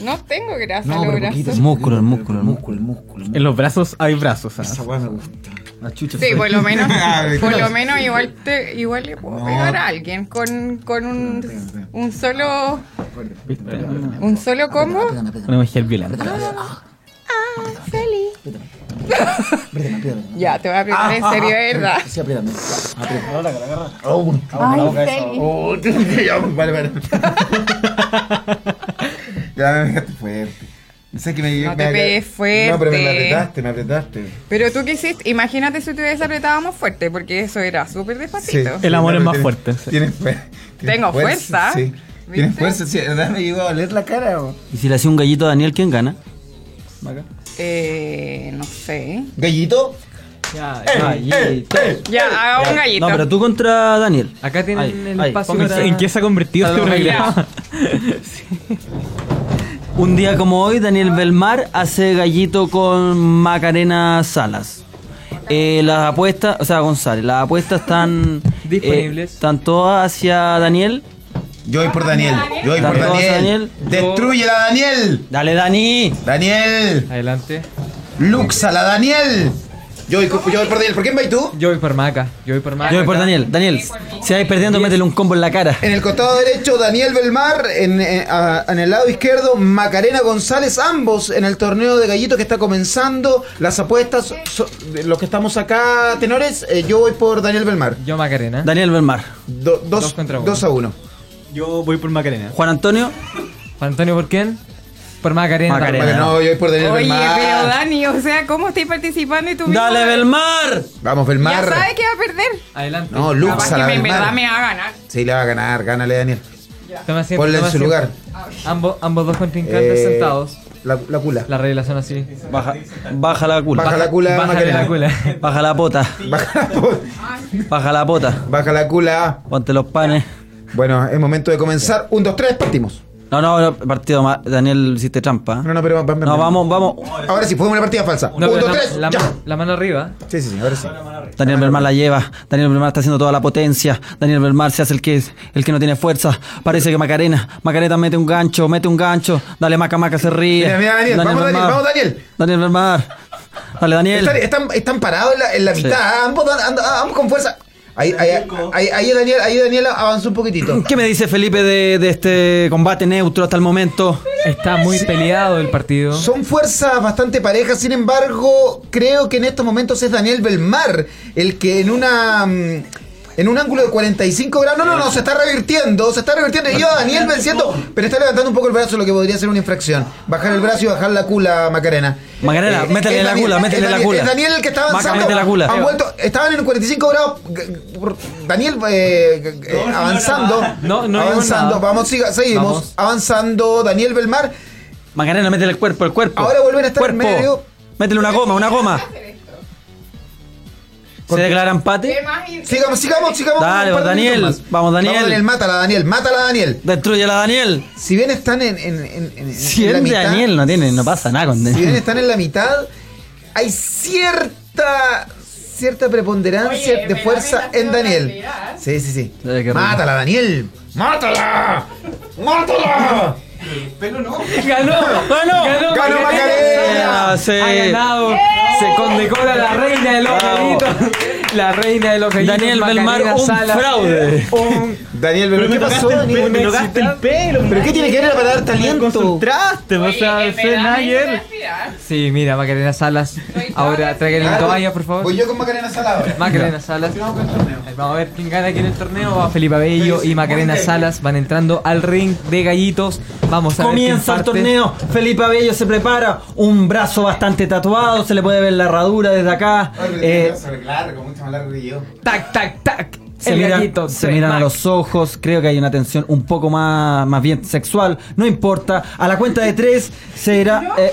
D: No tengo grasa
H: No,
D: en los
H: pero
D: brazos.
H: poquito.
G: El músculo, el músculo, el
H: músculo, el músculo.
F: En los brazos hay brazos. ¿ah? ¿sabes?
H: Esa weá me gusta.
G: La chucha
D: Sí,
G: fue.
D: por
H: (laughs)
D: lo menos,
C: Ah, de
D: por
C: clase.
D: lo menos igual te, igual le puedo
H: No.
D: pegar a alguien con, con un, un solo un solo combo. Ah,
F: Una mujer violenta.
H: Apriétame, apriétame.
D: Ya, te voy a preguntar en serio, de ¿verdad?
H: Ah, (laughs) Sí, apriétame.
D: Ay, Feli.
C: Oh, (laughs) ya, vale, vale. (laughs) ya me dejaste fuerte. Sé que me,
D: No
C: me-
D: te pegues fuerte.
C: No, pero me apretaste, me apretaste.
D: Pero tú qué hiciste, imagínate si te hubiese apretado más fuerte, porque eso era súper despacito.
F: El amor
C: no,
F: es más
C: tienes-
F: fuerte, sí.
C: Tienes, fue- tienes
D: Tengo fuerza,
C: Sí.
D: ¿viste?
C: Tienes fuerza, sí. de ¿Verdad me llegó a oler la cara? o?
G: Y si le hacía un gallito a Daniel, ¿quién gana?
D: Eh, no sé.
C: ¿Gallito?
A: Ya,
G: Ah, Gallito.
D: Ya, (laughs) haga un gallito.
G: No, pero tú contra Daniel.
A: Acá tienen
G: Ahí,
A: el
G: ahí.
A: espacio
G: Pónganse.
A: para-
F: ¿En qué se ha convertido este programa?
G: Un día como hoy, Daniel Belmar hace gallito con Macarena Salas. Eh, las apuestas, o sea, González, las apuestas están eh,
A: (laughs) Disponibles.
G: están todas hacia Daniel.
C: Yo voy por Daniel. Yo voy por Daniel.
G: Daniel. Daniel.
C: Destruyela, Daniel.
G: Dale, Dani.
C: Daniel.
A: Adelante.
C: Luxala, Daniel. Yo voy, yo voy por Daniel. ¿Por quién vais tú?
A: Yo voy por Maca. Yo voy por Maca.
G: Yo voy por
A: acá.
G: Daniel. Daniel, si vais perdiendo, métele un combo en la cara.
C: En el costado derecho, Daniel Belmar. En, en- a- en el lado izquierdo, Macarena González. Ambos en el torneo de gallitos que está comenzando. Las apuestas, so- de los que estamos acá, tenores. eh, yo voy por Daniel Belmar.
A: Yo Macarena.
G: Daniel Belmar.
C: Do- dos,
A: Dos contra uno.
C: dos a uno.
F: (laughs) Yo voy por Macarena.
G: Juan Antonio.
A: Juan Antonio, ¿por quién? Por Macarena.
G: Macarena.
C: Bueno, no, yo voy por Daniel
D: Oye,
C: Belmar.
D: pero Dani, o sea, ¿cómo estoy participando y tú mismo-
G: Dale, Belmar.
C: Vamos,
D: Ya
C: Belmar.
D: sabes que va a perder.
A: Adelante.
C: No,
D: Capaz
C: Lux a
D: que
C: la
D: me- en verdad
C: Belmar.
D: me va a ganar.
C: Sí, la va a ganar. Gánale, Daniel.
A: Toma asiento,
C: Ponle en
A: toma
C: su
A: asiento.
C: lugar.
A: Ambos, ambos dos contrincantes
C: Eh,
A: sentados.
C: La, la cula.
A: La reglas son así.
G: Baja, baja la cula.
C: Baja la cula,
A: Bájale
C: Macarena.
A: la cula.
G: Baja la pota.
C: Baja la cula.
G: Baja la pota.
C: Baja la cula.
G: Ponte los panes.
C: Bueno, es momento de comenzar. Un, dos, tres, partimos.
G: No, no, no, partido mal. Daniel, hiciste trampa.
C: No, no, pero vamos.
G: No, vamos, vamos.
C: Ahora sí, podemos una partida falsa.
A: No,
C: un,
A: pero
C: dos, tres,
A: la, la-
C: ya.
A: la mano arriba.
C: Sí, sí, sí, ahora sí.
G: Daniel Belmar la lleva. Daniel Belmar está haciendo toda la potencia. Daniel Belmar se hace el que el que no tiene fuerza. Parece que Macarena. Macarena mete un gancho, mete un gancho. Dale, Maca, Maca se ríe.
C: Mira, mira, Daniel. Vamos, Daniel,
G: Belmar.
C: vamos, Daniel.
G: Daniel Belmar. Dale, Daniel.
C: Están, están, están parados en la, en la mitad, ah, ambos, dan- and- ah, ambos con fuerza. Ahí, ahí, ahí, ahí Daniel, ahí Daniel avanzó un poquitito.
G: ¿Qué me dice Felipe de, de este combate neutro hasta el momento?
A: Está muy peleado el partido.
C: Son fuerzas bastante parejas, sin embargo, creo que en estos momentos es Daniel Belmar el que en una mm, en un ángulo de 45 grados, no, no, no, se está revirtiendo, se está revirtiendo y iba Daniel venciendo, pero está levantando un poco el brazo, lo que podría ser una infracción. Bajar el brazo y bajar la cula, Macarena.
G: Macarena, métele
C: es
G: la
C: Daniel-
G: cula,
C: es
G: métele la
C: Daniel-
G: cula.
C: Es Daniel el que está
G: Maca,
C: avanzando.
G: mete la cula.
C: Han vuelto, estaban en 45 grados. g- g- Daniel eh, eh, avanzando.
A: No, no digo
C: avanzando.
A: nada.
C: Vamos, siga- seguimos.
A: Vamos.
C: Avanzando. Daniel Belmar.
G: Macarena, métele el cuerpo, el cuerpo.
C: Ahora vuelven a estar en
G: cuerpo.
C: medio.
G: Métele una goma, una goma. ¿Se declara
D: ¿Qué
G: empate?
D: más?
C: Sigamos, sigamos, sigamos.
G: Dale,
C: Un par de
G: Daniel.
C: minutos más.
G: Vamos, Daniel.
C: Vamos, Daniel, mátala, Daniel. Mátala, Daniel.
G: Destruyela, Daniel.
C: Si bien están en, en, en- en- en
G: Si
C: la
G: es
C: mitad.
G: Daniel, no tiene, no pasa nada con
C: Si
G: Daniel.
C: bien están en la mitad, hay cierta cierta preponderancia
D: Oye,
C: de
D: me
C: fuerza
D: lamentación
C: en Daniel.
D: realidad.
C: Sí, sí, sí.
G: Ay, qué
C: Mátala, Daniel. Mátala. Mátala.
A: (laughs) ¡Ganó!
G: ¡Ganó!
A: ¡Ganó!
C: ¡Ganó Macarena! Eh.
A: Macarena!
G: Ah, Sí.
A: ¡Ha ganado! Se condecora la reina de los
G: Bravo.
A: gallitos. La reina de los gallitos.
G: Daniel Belmar,
A: Macarena
G: un
A: Salas.
G: fraude.
A: Un-
C: Daniel, ¿pero qué pasó? Daniel?
A: me tocaste el
F: pelo.
C: ¿Pero qué tiene que ver la palabra talento?
F: Concentraste, o sea, fue Nayer.
A: Sí, mira, Macarena Salas. Ahora traigan la
C: Claro.
A: toalla, por favor.
C: Voy yo con Macarena Salada.
A: Macarena Salas. Vamos a ver quién gana aquí en el torneo. Va Felipe Bello y Macarena Salas. Van entrando al ring de gallitos. Vamos a ver.
G: Comienza
A: quién
G: el
A: parte.
G: torneo. Felipe Abello se prepara. Un brazo bastante tatuado. Se le puede ver la herradura desde acá. Eh,
C: largo, mucho más largo que yo.
A: Tac, tac, tac.
G: se
A: el
G: miran,
A: gallito.
G: se
A: tres,
G: miran a
A: Mac.
G: los ojos. Creo que hay una tensión un poco más, más bien sexual. No importa. A la cuenta de tres será. eh,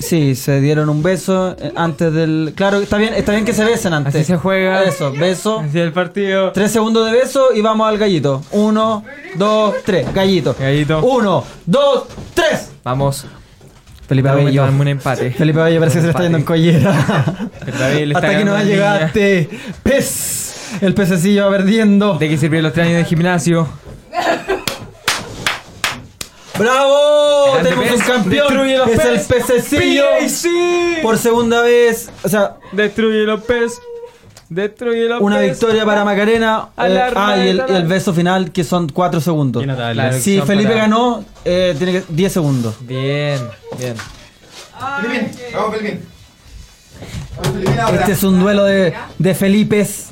G: sí, se dieron un beso eh, antes del. Claro, está bien, está bien que se besen antes.
A: Así se juega.
G: Eso, beso.
A: Así el partido.
G: Tres segundos de beso y vamos al gallito. Uno, dos, tres. Gallito.
A: Gallito.
G: Uno, dos, tres.
A: Vamos.
G: Felipe
A: Vamos a
G: Abello.
A: tomar un empate.
G: Felipe Abello parece que se le está
A: Un
G: yendo en
A: empate.
G: collera.
A: Felipe Abello le está
G: Hasta aquí
A: ganando
G: no
A: en línea.
G: llegaste. Pez. El pececillo va perdiendo.
A: ¿De qué sirvieron los tres años de gimnasio?
G: ¡Bravo!
A: Grande
G: Tenemos
A: pez,
G: un campeón.
A: destruye los
G: es
A: pez.
G: el pececillo. Por segunda vez. O sea,
A: Destruye los pez. Destruye los
G: una victoria para Macarena. eh,
A: Alarma,
G: ah, y el,
A: alarma.
G: y el beso final que son 4 segundos.
A: Natalia.
G: Si
A: Son
G: Felipe
A: para-
G: ganó, eh, tiene que 10 segundos.
A: Bien, bien.
C: Filipín, vamos, Filipín. Vamos, Filipín ahora.
G: Este es un duelo de, de Felipes.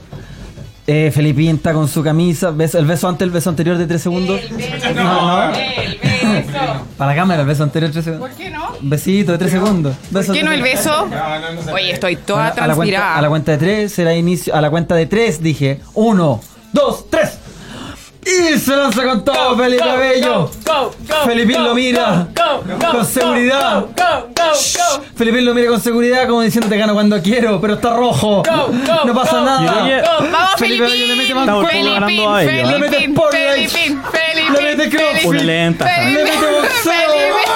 G: Eh, Felipín está con su camisa. Beso- el beso antes, el beso anterior de 3 segundos.
D: El beso.
G: (laughs) No, no.
D: El beso.
G: Para la cámara, el beso anterior de 3 segundos.
D: ¿Por qué no?
G: Besito de 3 segundos. Beso
D: ¿Por qué
G: de
D: no
G: tres
D: el
C: No,
D: beso?
C: no, no se
D: Oye,
C: puede.
D: estoy toda
G: Bueno, a, la cuenta, a
D: transpirada.
G: la cuenta de tres será inicio. A la cuenta de tres dije: uno, dos, tres. Y se lanza con todo Felipe Bello. Felipín lo mira con seguridad. Shh. Felipín lo mira con seguridad, como diciendo: Te gano cuando quiero, pero está rojo. no pasa nada.
F: Y oye,
D: Vamos,
G: Felipe
D: Felipe.
G: Bello le mete más
F: Estamos
G: gol.
F: ganando a ella.
D: Felipín,
G: Le mete
D: Felipín,
G: spotlight.
D: Felipín, Felipín,
G: Le mete crossfit.
D: Felipín,
F: Pulenta.
D: Felipín,
G: Le mete boxeo.
D: Felipín,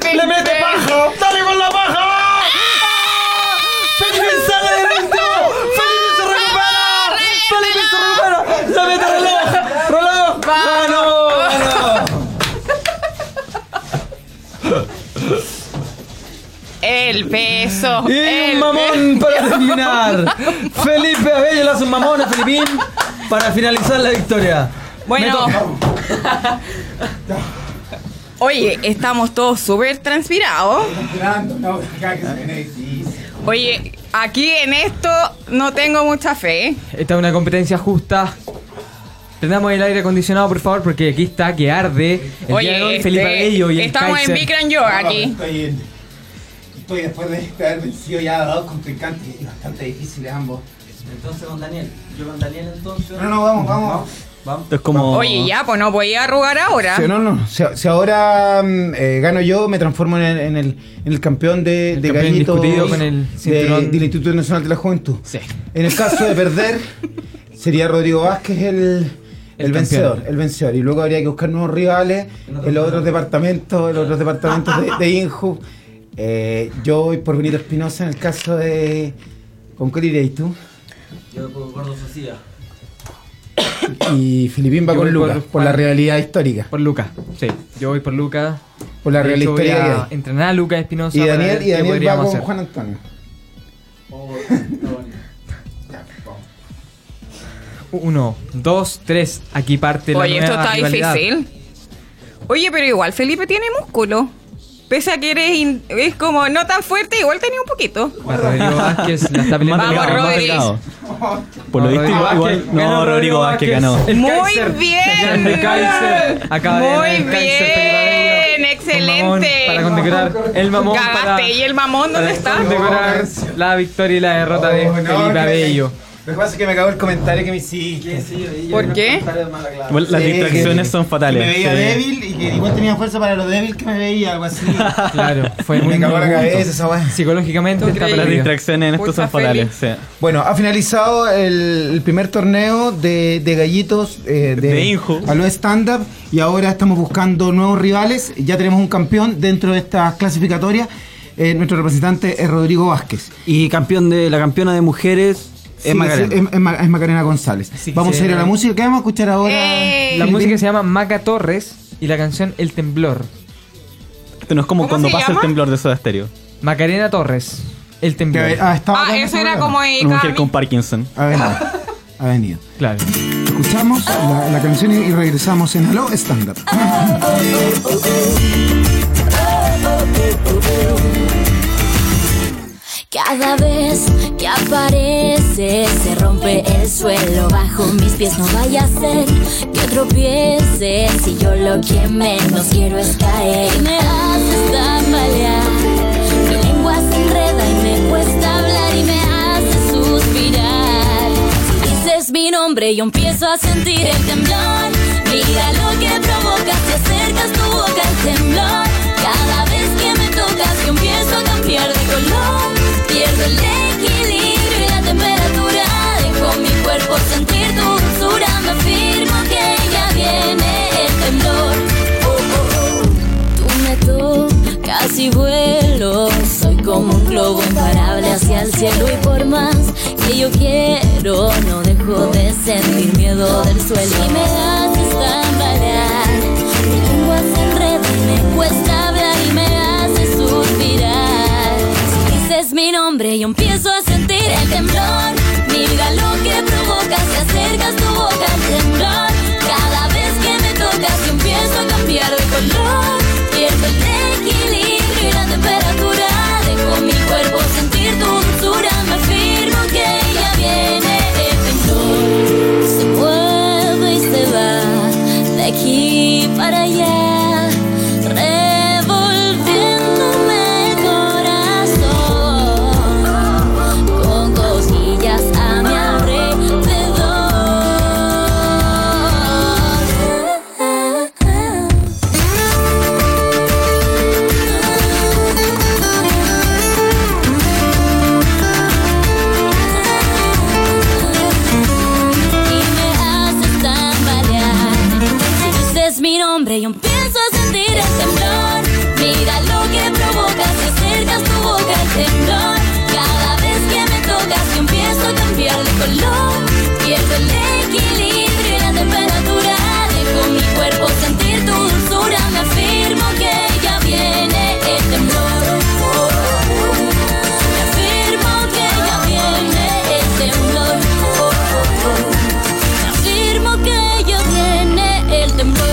D: Felipín,
G: Le mete
D: Felipín.
G: paja. Dale con la paja. Felipe sale del entero. Felipe se recupera. Felipe se recupera. Se mete reloj. Reloj. Ganó. ganó.
D: El beso.
G: Y
D: el
G: un mamón para terminar. Felipe Abello le hace un mamón a Felipín para finalizar la victoria.
D: beso. Bueno. Oye, estamos todos súper transpirados.
C: Esperando, no, acá que se viene difícil.
D: Oye, aquí en esto no tengo mucha fe.
A: Esta es una competencia justa. Prendamos el aire acondicionado, por favor, porque aquí está que arde. El día de hoy,
D: Oye,
A: Felipe
D: este,
A: Abello y el
D: estamos en
A: Kaiser.
D: Big Grand Yoga aquí.
C: Estoy, en- estoy después de haber vencido ya a dos contrincantes bastante difíciles ambos.
E: Entonces con Daniel. Yo con Daniel entonces.
C: No, no, vamos, vamos.
F: Esto es
A: Oh.
F: como.
D: Oye, ya, pues no podía arrugar ahora.
H: Si, no, no. Si, si ahora mm, eh, gano yo, me transformo en el, en el, en el campeón de, de
A: campeón
H: gallitos
A: indiscutido con el
H: de,
A: cinturón.
H: del Instituto Nacional de la Juventud.
A: Sí.
H: En el caso
A: (laughs)
H: de perder, sería Rodrigo Vázquez el, el,
A: El
H: vencedor,
A: campeón.
H: el vencedor. Y luego habría que buscar nuevos rivales en los otros departamentos, en los otros departamentos de, de Inju. Eh, yo voy por Benito Espinosa en el caso de. ¿Con qué dirías tú?
E: Yo con Gordo Socía.
H: Y Filipín va
A: Yo
H: con
A: voy por
H: Lucas, por
A: Juan.
H: la realidad histórica.
A: Por Luca, sí. Yo voy por Luca.
H: Por la
A: De
H: real
A: hecho, voy
H: historia
A: a
H: que hay.
A: entrenar a Luca Espinosa.
H: Y
A: para
H: Daniel,
A: ver
H: y
A: qué
H: Daniel va
A: podríamos
H: con
A: hacer.
H: Juan Antonio.
E: Oh, está bonito.
A: Uno, dos, tres. Aquí parte la
D: Oye, esto
A: nueva
D: está
A: rivalidad.
D: difícil. Oye, pero igual Felipe tiene músculo. Pese a que eres, in- es como no tan fuerte, igual tenía un poquito.
A: Va Rodrigo
F: (laughs)
A: Vázquez, la está
F: Más
A: peleando.
D: Vamos,
F: delgado, más
D: Rodríguez.
F: delgado. Por Pues lo
A: Rodrigo
F: visto, igual.
A: Vázquez.
F: igual- No, Rodrigo Vázquez ganó.
A: El
D: Muy
A: Kaiser.
D: bien.
A: El Kaiser. Acaba de ganar
D: Muy
A: el Kaiser,
D: bien,
A: Felipe Abello. Un
D: excelente.
A: mamón Para condecorar el mamón
D: Cagaste.
A: para
D: ¿Y el mamón dónde está?
A: condecorar la victoria y la derrota de
C: Oh, no, que
A: Felipe
C: me-
A: Abello.
C: Lo que pasa es que me acabó el comentario que me hiciste.
D: ¿Por qué?
F: Igual Las
H: Sí,
F: distracciones
H: que-
F: son
C: Que me
F: fatales.
C: veía
F: Sí.
C: débil y que igual tenía fuerza para lo débil que me veía, algo así.
A: Claro, fue muy
C: me cagó la
A: muy
C: cabeza
A: justo.
C: esa weá.
A: Psicológicamente está
D: crees?
F: Las
A: perdido.
F: distracciones en estos
D: Puta
F: son fatales. sí.
H: (laughs) Bueno, ha finalizado el, el primer torneo de, de gallitos eh, de,
F: De Inju.
H: a lo stand-up y ahora estamos buscando nuevos rivales. Ya tenemos un campeón dentro de estas clasificatorias. Eh, nuestro representante es Rodrigo Vázquez.
G: Y campeón de la campeona de mujeres
H: Sí,
G: es Macarena.
H: sí, es- es Ma- es Macarena González.
A: Así que
H: vamos
A: se-
H: a ir a la música. ¿Qué vamos a escuchar ahora?
D: Eh,
A: La
H: Filipín?
A: música se llama Maca Torres y la canción El Temblor.
F: Esto no es como
D: ¿Cómo
F: cuando
D: se
F: pasa el
D: llama?
F: temblor de Soda Stereo.
A: Macarena Torres, El
H: Que
A: Temblor.
H: ha- ha estado acá
D: Ah,
H: en
D: eso
H: este
D: era
H: programa.
D: como de
F: Una mujer
D: Cami.
F: con Parkinson.
H: Ha venido. Ha venido.
A: Claro.
H: Escuchamos la, la canción y- y regresamos en Hello Stand Up.
I: Cada vez que aparece se rompe el suelo bajo mis pies. No vaya a ser que tropiece si yo lo que menos quiero es caer. Y me haces tambalear, mi lengua se enreda y me cuesta hablar y me hace suspirar. Si dices mi nombre yo empiezo a sentir el temblor. Mira lo que provocas, te acercas tu boca al temblor. Cada vez que me tocas yo empiezo a cambiar de color. Pierdo el equilibrio y la temperatura. Dejo mi cuerpo sentir tu dulzura. Me afirmo que ya viene el temblor. Uh, Oh, oh, oh. Tú me tocas y vuelo. Soy como un globo imparable hacia el cielo y por más que yo quiero no dejo de sentir miedo del suelo y me haces tambalear mi lengua se enreda y me cuesta hablar y me hace suspirar Si dices mi nombre yo empiezo a sentir el temblor mira lo que provocas te acercas tu boca al temblor cada vez que me tocas yo empiezo a cambiar de color pierdo el equilibrio y la temperatura dejo mi cuerpo sentir tu dulzura me afirmo que ya viene el temblor se mueve y se va de aquí para allá revolviéndome el corazón con cosquillas a mi alrededor y me haces tambalear. Si dices mi nombre, yo empiezo a sentir el temblor. Mira lo que provocas, te acercas tu boca al temblor. Cada vez que me tocas, yo empiezo a cambiar de color. Pierdo el equilibrio y la temperatura. Dejo mi cuerpo sentir tu dulzura. Me afirmo que ya viene el temblor. Me afirmo que ya viene el temblor. Afirmo que ya viene el temblor.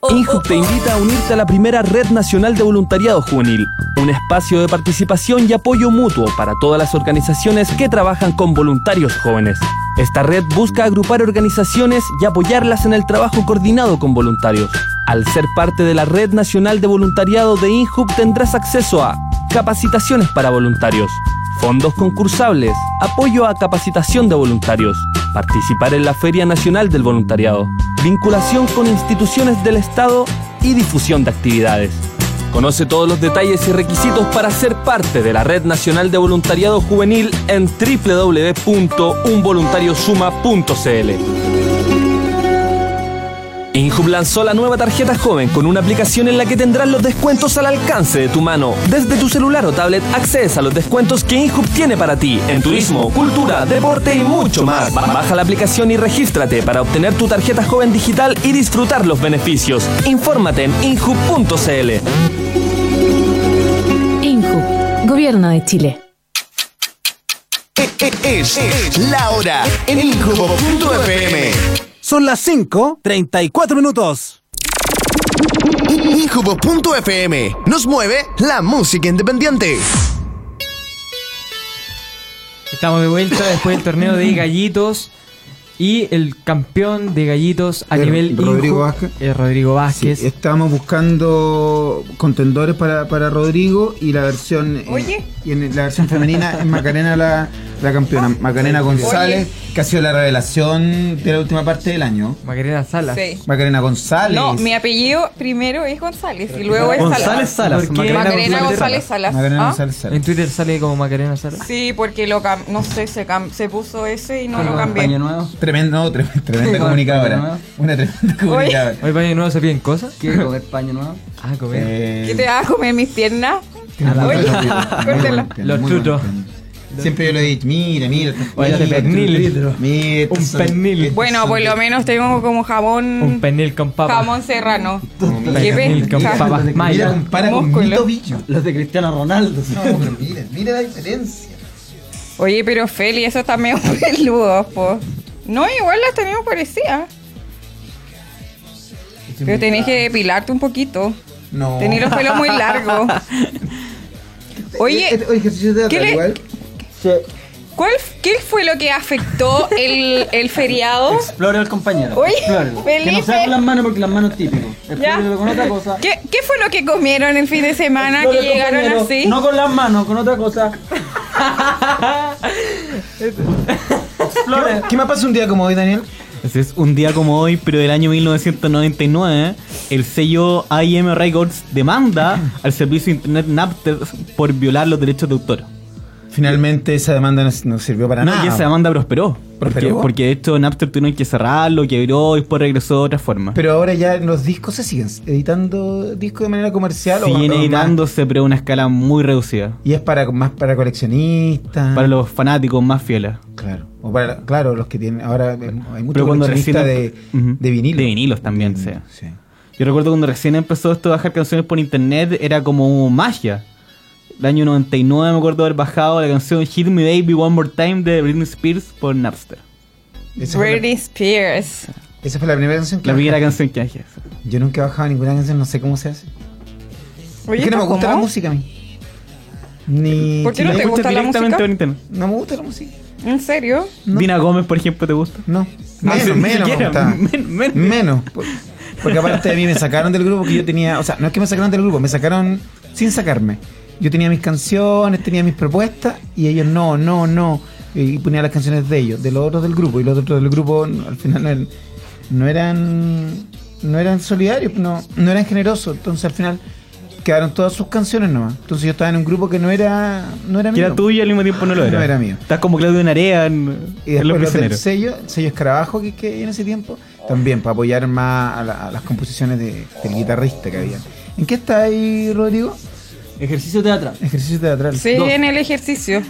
I: Oh,
J: INJUC te invita a unirte a la primera Red Nacional de Voluntariado Juvenil, un espacio de participación y apoyo mutuo para todas las organizaciones que trabajan con voluntarios jóvenes. Esta red busca agrupar organizaciones y apoyarlas en el trabajo coordinado con voluntarios. Al ser parte de la Red Nacional de Voluntariado de INJUC tendrás acceso a capacitaciones para voluntarios, fondos concursables, apoyo a capacitación de voluntarios, participar en la Feria Nacional del Voluntariado, vinculación con instituciones del Estado y difusión de actividades. Conoce todos los detalles y requisitos para ser parte de la Red Nacional de Voluntariado Juvenil en www.unvoluntariosuma.cl. Inhub lanzó la nueva tarjeta joven con una aplicación en la que tendrás los descuentos al alcance de tu mano. Desde tu celular o tablet accedes a los descuentos que Inhub tiene para ti en turismo, cultura, deporte y mucho más. Ba- Baja la aplicación y regístrate para obtener tu tarjeta joven digital y disfrutar los beneficios. Infórmate en inhub.cl.
K: INJU, Gobierno de Chile.
B: E- e- Es, es la hora en Injubo.fm.
L: Son las 5, 34 minutos.
B: Injubo.fm nos mueve la música independiente.
A: Estamos de vuelta después del torneo
C: (laughs)
A: de gallitos y el campeón de gallitos a
H: El
A: nivel
H: Rodrigo
A: inju-
H: Vázquez.
A: es Rodrigo Vázquez.
H: Sí, estamos buscando contendores para, para Rodrigo y la versión eh,
D: Oye.
H: y en la versión femenina es Macarena la, la campeona, Macarena González, que ha sido la revelación de la última parte del año.
A: Macarena Salas.
D: Sí.
H: Macarena González.
D: No, mi apellido primero es González y luego es Salas.
G: González Salas.
A: ¿Por qué?
G: Macarena
D: Macarena González
A: González
D: Salas.
H: Macarena
D: ¿Ah?
H: González Salas.
A: En Twitter sale como Macarena Salas.
D: Sí, porque lo cam- no sé, se, cam- se puso ese y no lo
A: Ah,
G: Con paño
D: cambié.
G: nuevo.
H: Tremendo, tremenda, (laughs) tremenda
G: Sí,
H: comunicadora.
G: Macarena.
H: Una tremenda comunicadora.
A: Hoy para nuevo se piden cosas.
G: ¿Quieres comer paño nuevo?
A: Ah, comer.
H: Eh,
D: ¿Qué te vas a comer mis piernas?
H: tiene muy
D: Oye, (laughs)
H: buen tema, muy
D: córtela.
H: buen tema,
A: Los
H: muy buen
A: chutos.
H: tema. Siempre yo lo he dicho, mira, mira, mira,
A: Oye, este pernil.
H: mira, este,
A: Un
H: estos son-
A: pernil.
H: estos
D: Bueno,
H: son-
D: por lo menos tengo como
A: Un
D: jamón,
A: penil con papa.
D: jamón serrano.
A: Un
D: Qué
A: penil con
D: pesca.
A: papas
H: Mira,
A: mayas.
H: compara con mi
D: Músculo.
H: tobillo.
G: Los de Cristiano Ronaldo.
H: No, pero mira, mira la diferencia.
D: Oye, pero Feli, eso está medio (laughs) peludo, po. No, igual las tenemos parecidas. Pero tenés que depilarte un poquito.
H: No.
D: Tenés los pelos
C: (laughs)
D: muy largos. Oye,
C: Eh,
H: Este-
C: ¿e-,
H: oye, ejercicio de
D: ¿qué
H: teatro
D: le-
H: igual.
D: ¿cuál, f- ¿qué fue lo que afectó el, el feriado?
G: Explore al compañero.
D: Oye,
G: Explórelo. Que
D: Felipe.
G: no sea con las manos porque las manos típico. Explórelo con otra cosa.
D: (laughs) ¿Qué, qué fue lo que comieron el fin de semana que
G: Explórelo,
D: llegaron
G: compañero.
D: así?
G: No con las manos, con otra cosa. Explore.
H: ¿Qué más pasa un día como hoy, Daniel?
F: Así es, un día como hoy, pero del año 1999, el sello IM
C: (laughs)
F: Records demanda al servicio de internet Napster por violar los derechos de autor.
C: finalmente esa demanda no, no sirvió para
F: no,
C: nada.
F: y esa demanda prosperó. Porque,
C: ¿Prosperó?
F: porque esto Napster tuvieron que cerrarlo, quebró y después regresó de otra forma.
C: Pero ahora ya los discos se siguen editando discos de manera comercial. o-
F: Siguen
C: o más-
F: editándose, pero a una escala muy reducida.
C: Y es para más para coleccionistas.
F: Para los fanáticos más fieles.
C: Claro. O para, claro, los que tienen. Ahora eh, hay muchos
F: Pero cuando
C: coleccionistas
F: recién-
C: de,
F: Ujú.
C: de Mm. vinilo.
F: De vinilos también, sí.
C: sí.
F: Yo recuerdo cuando recién empezó esto de bajar canciones por internet, era como magia. El año 99 me acuerdo haber bajado la canción Hit Me Baby One More Time de Britney Spears por Napster.
C: Esa fue, la,
D: Britney Spears.
C: esa fue la primera canción que
F: La primera
C: bajé.
F: canción que bajé.
C: Yo nunca he bajado ninguna canción, no sé cómo se hace.
D: Oye,
C: es que no me
D: ¿cómo?
C: gusta la música a mí. Ni
D: ¿Por qué no
C: me
D: te gusta la
F: directamente
D: música?
F: por internet.
C: No me gusta la música.
D: ¿En serio?
F: Dina Gómez, por ejemplo, ¿te gusta?
C: No.
F: Ah,
C: Menos,
F: sí, ni
C: menos, me
F: siquiera,
C: gustaba.
F: (laughs) men- men-
C: Menos. por- Porque aparte de mí me sacaron del grupo que yo tenía. O sea, no es que me sacaron del grupo, me sacaron sin sacarme. Yo tenía mis canciones, tenía mis propuestas y ellos no, no, no. Y ponía las canciones de ellos, de los otros del grupo. Y los otros del grupo no, al final no eran- no eran, no eran solidarios, no, no eran generosos. Entonces al final quedaron todas sus canciones nomás. Entonces yo estaba en un grupo que no era, no era
F: Que
C: mío.
F: era tuyo y al mismo tiempo no lo era.
C: No era mío.
F: Estás como Claudio Narea en,
C: Y
F: en Los
C: después los del
F: Prisioneros.
C: sello, el sello Escarabajo que, que en ese tiempo, también para apoyar más a, la- a las composiciones de- del guitarrista que había. ¿En qué está ahí, Rodrigo?
G: Ejercicio teatral.
C: Ejercicio teatral.
D: Sí,
C: Dos.
D: en el ejercicio.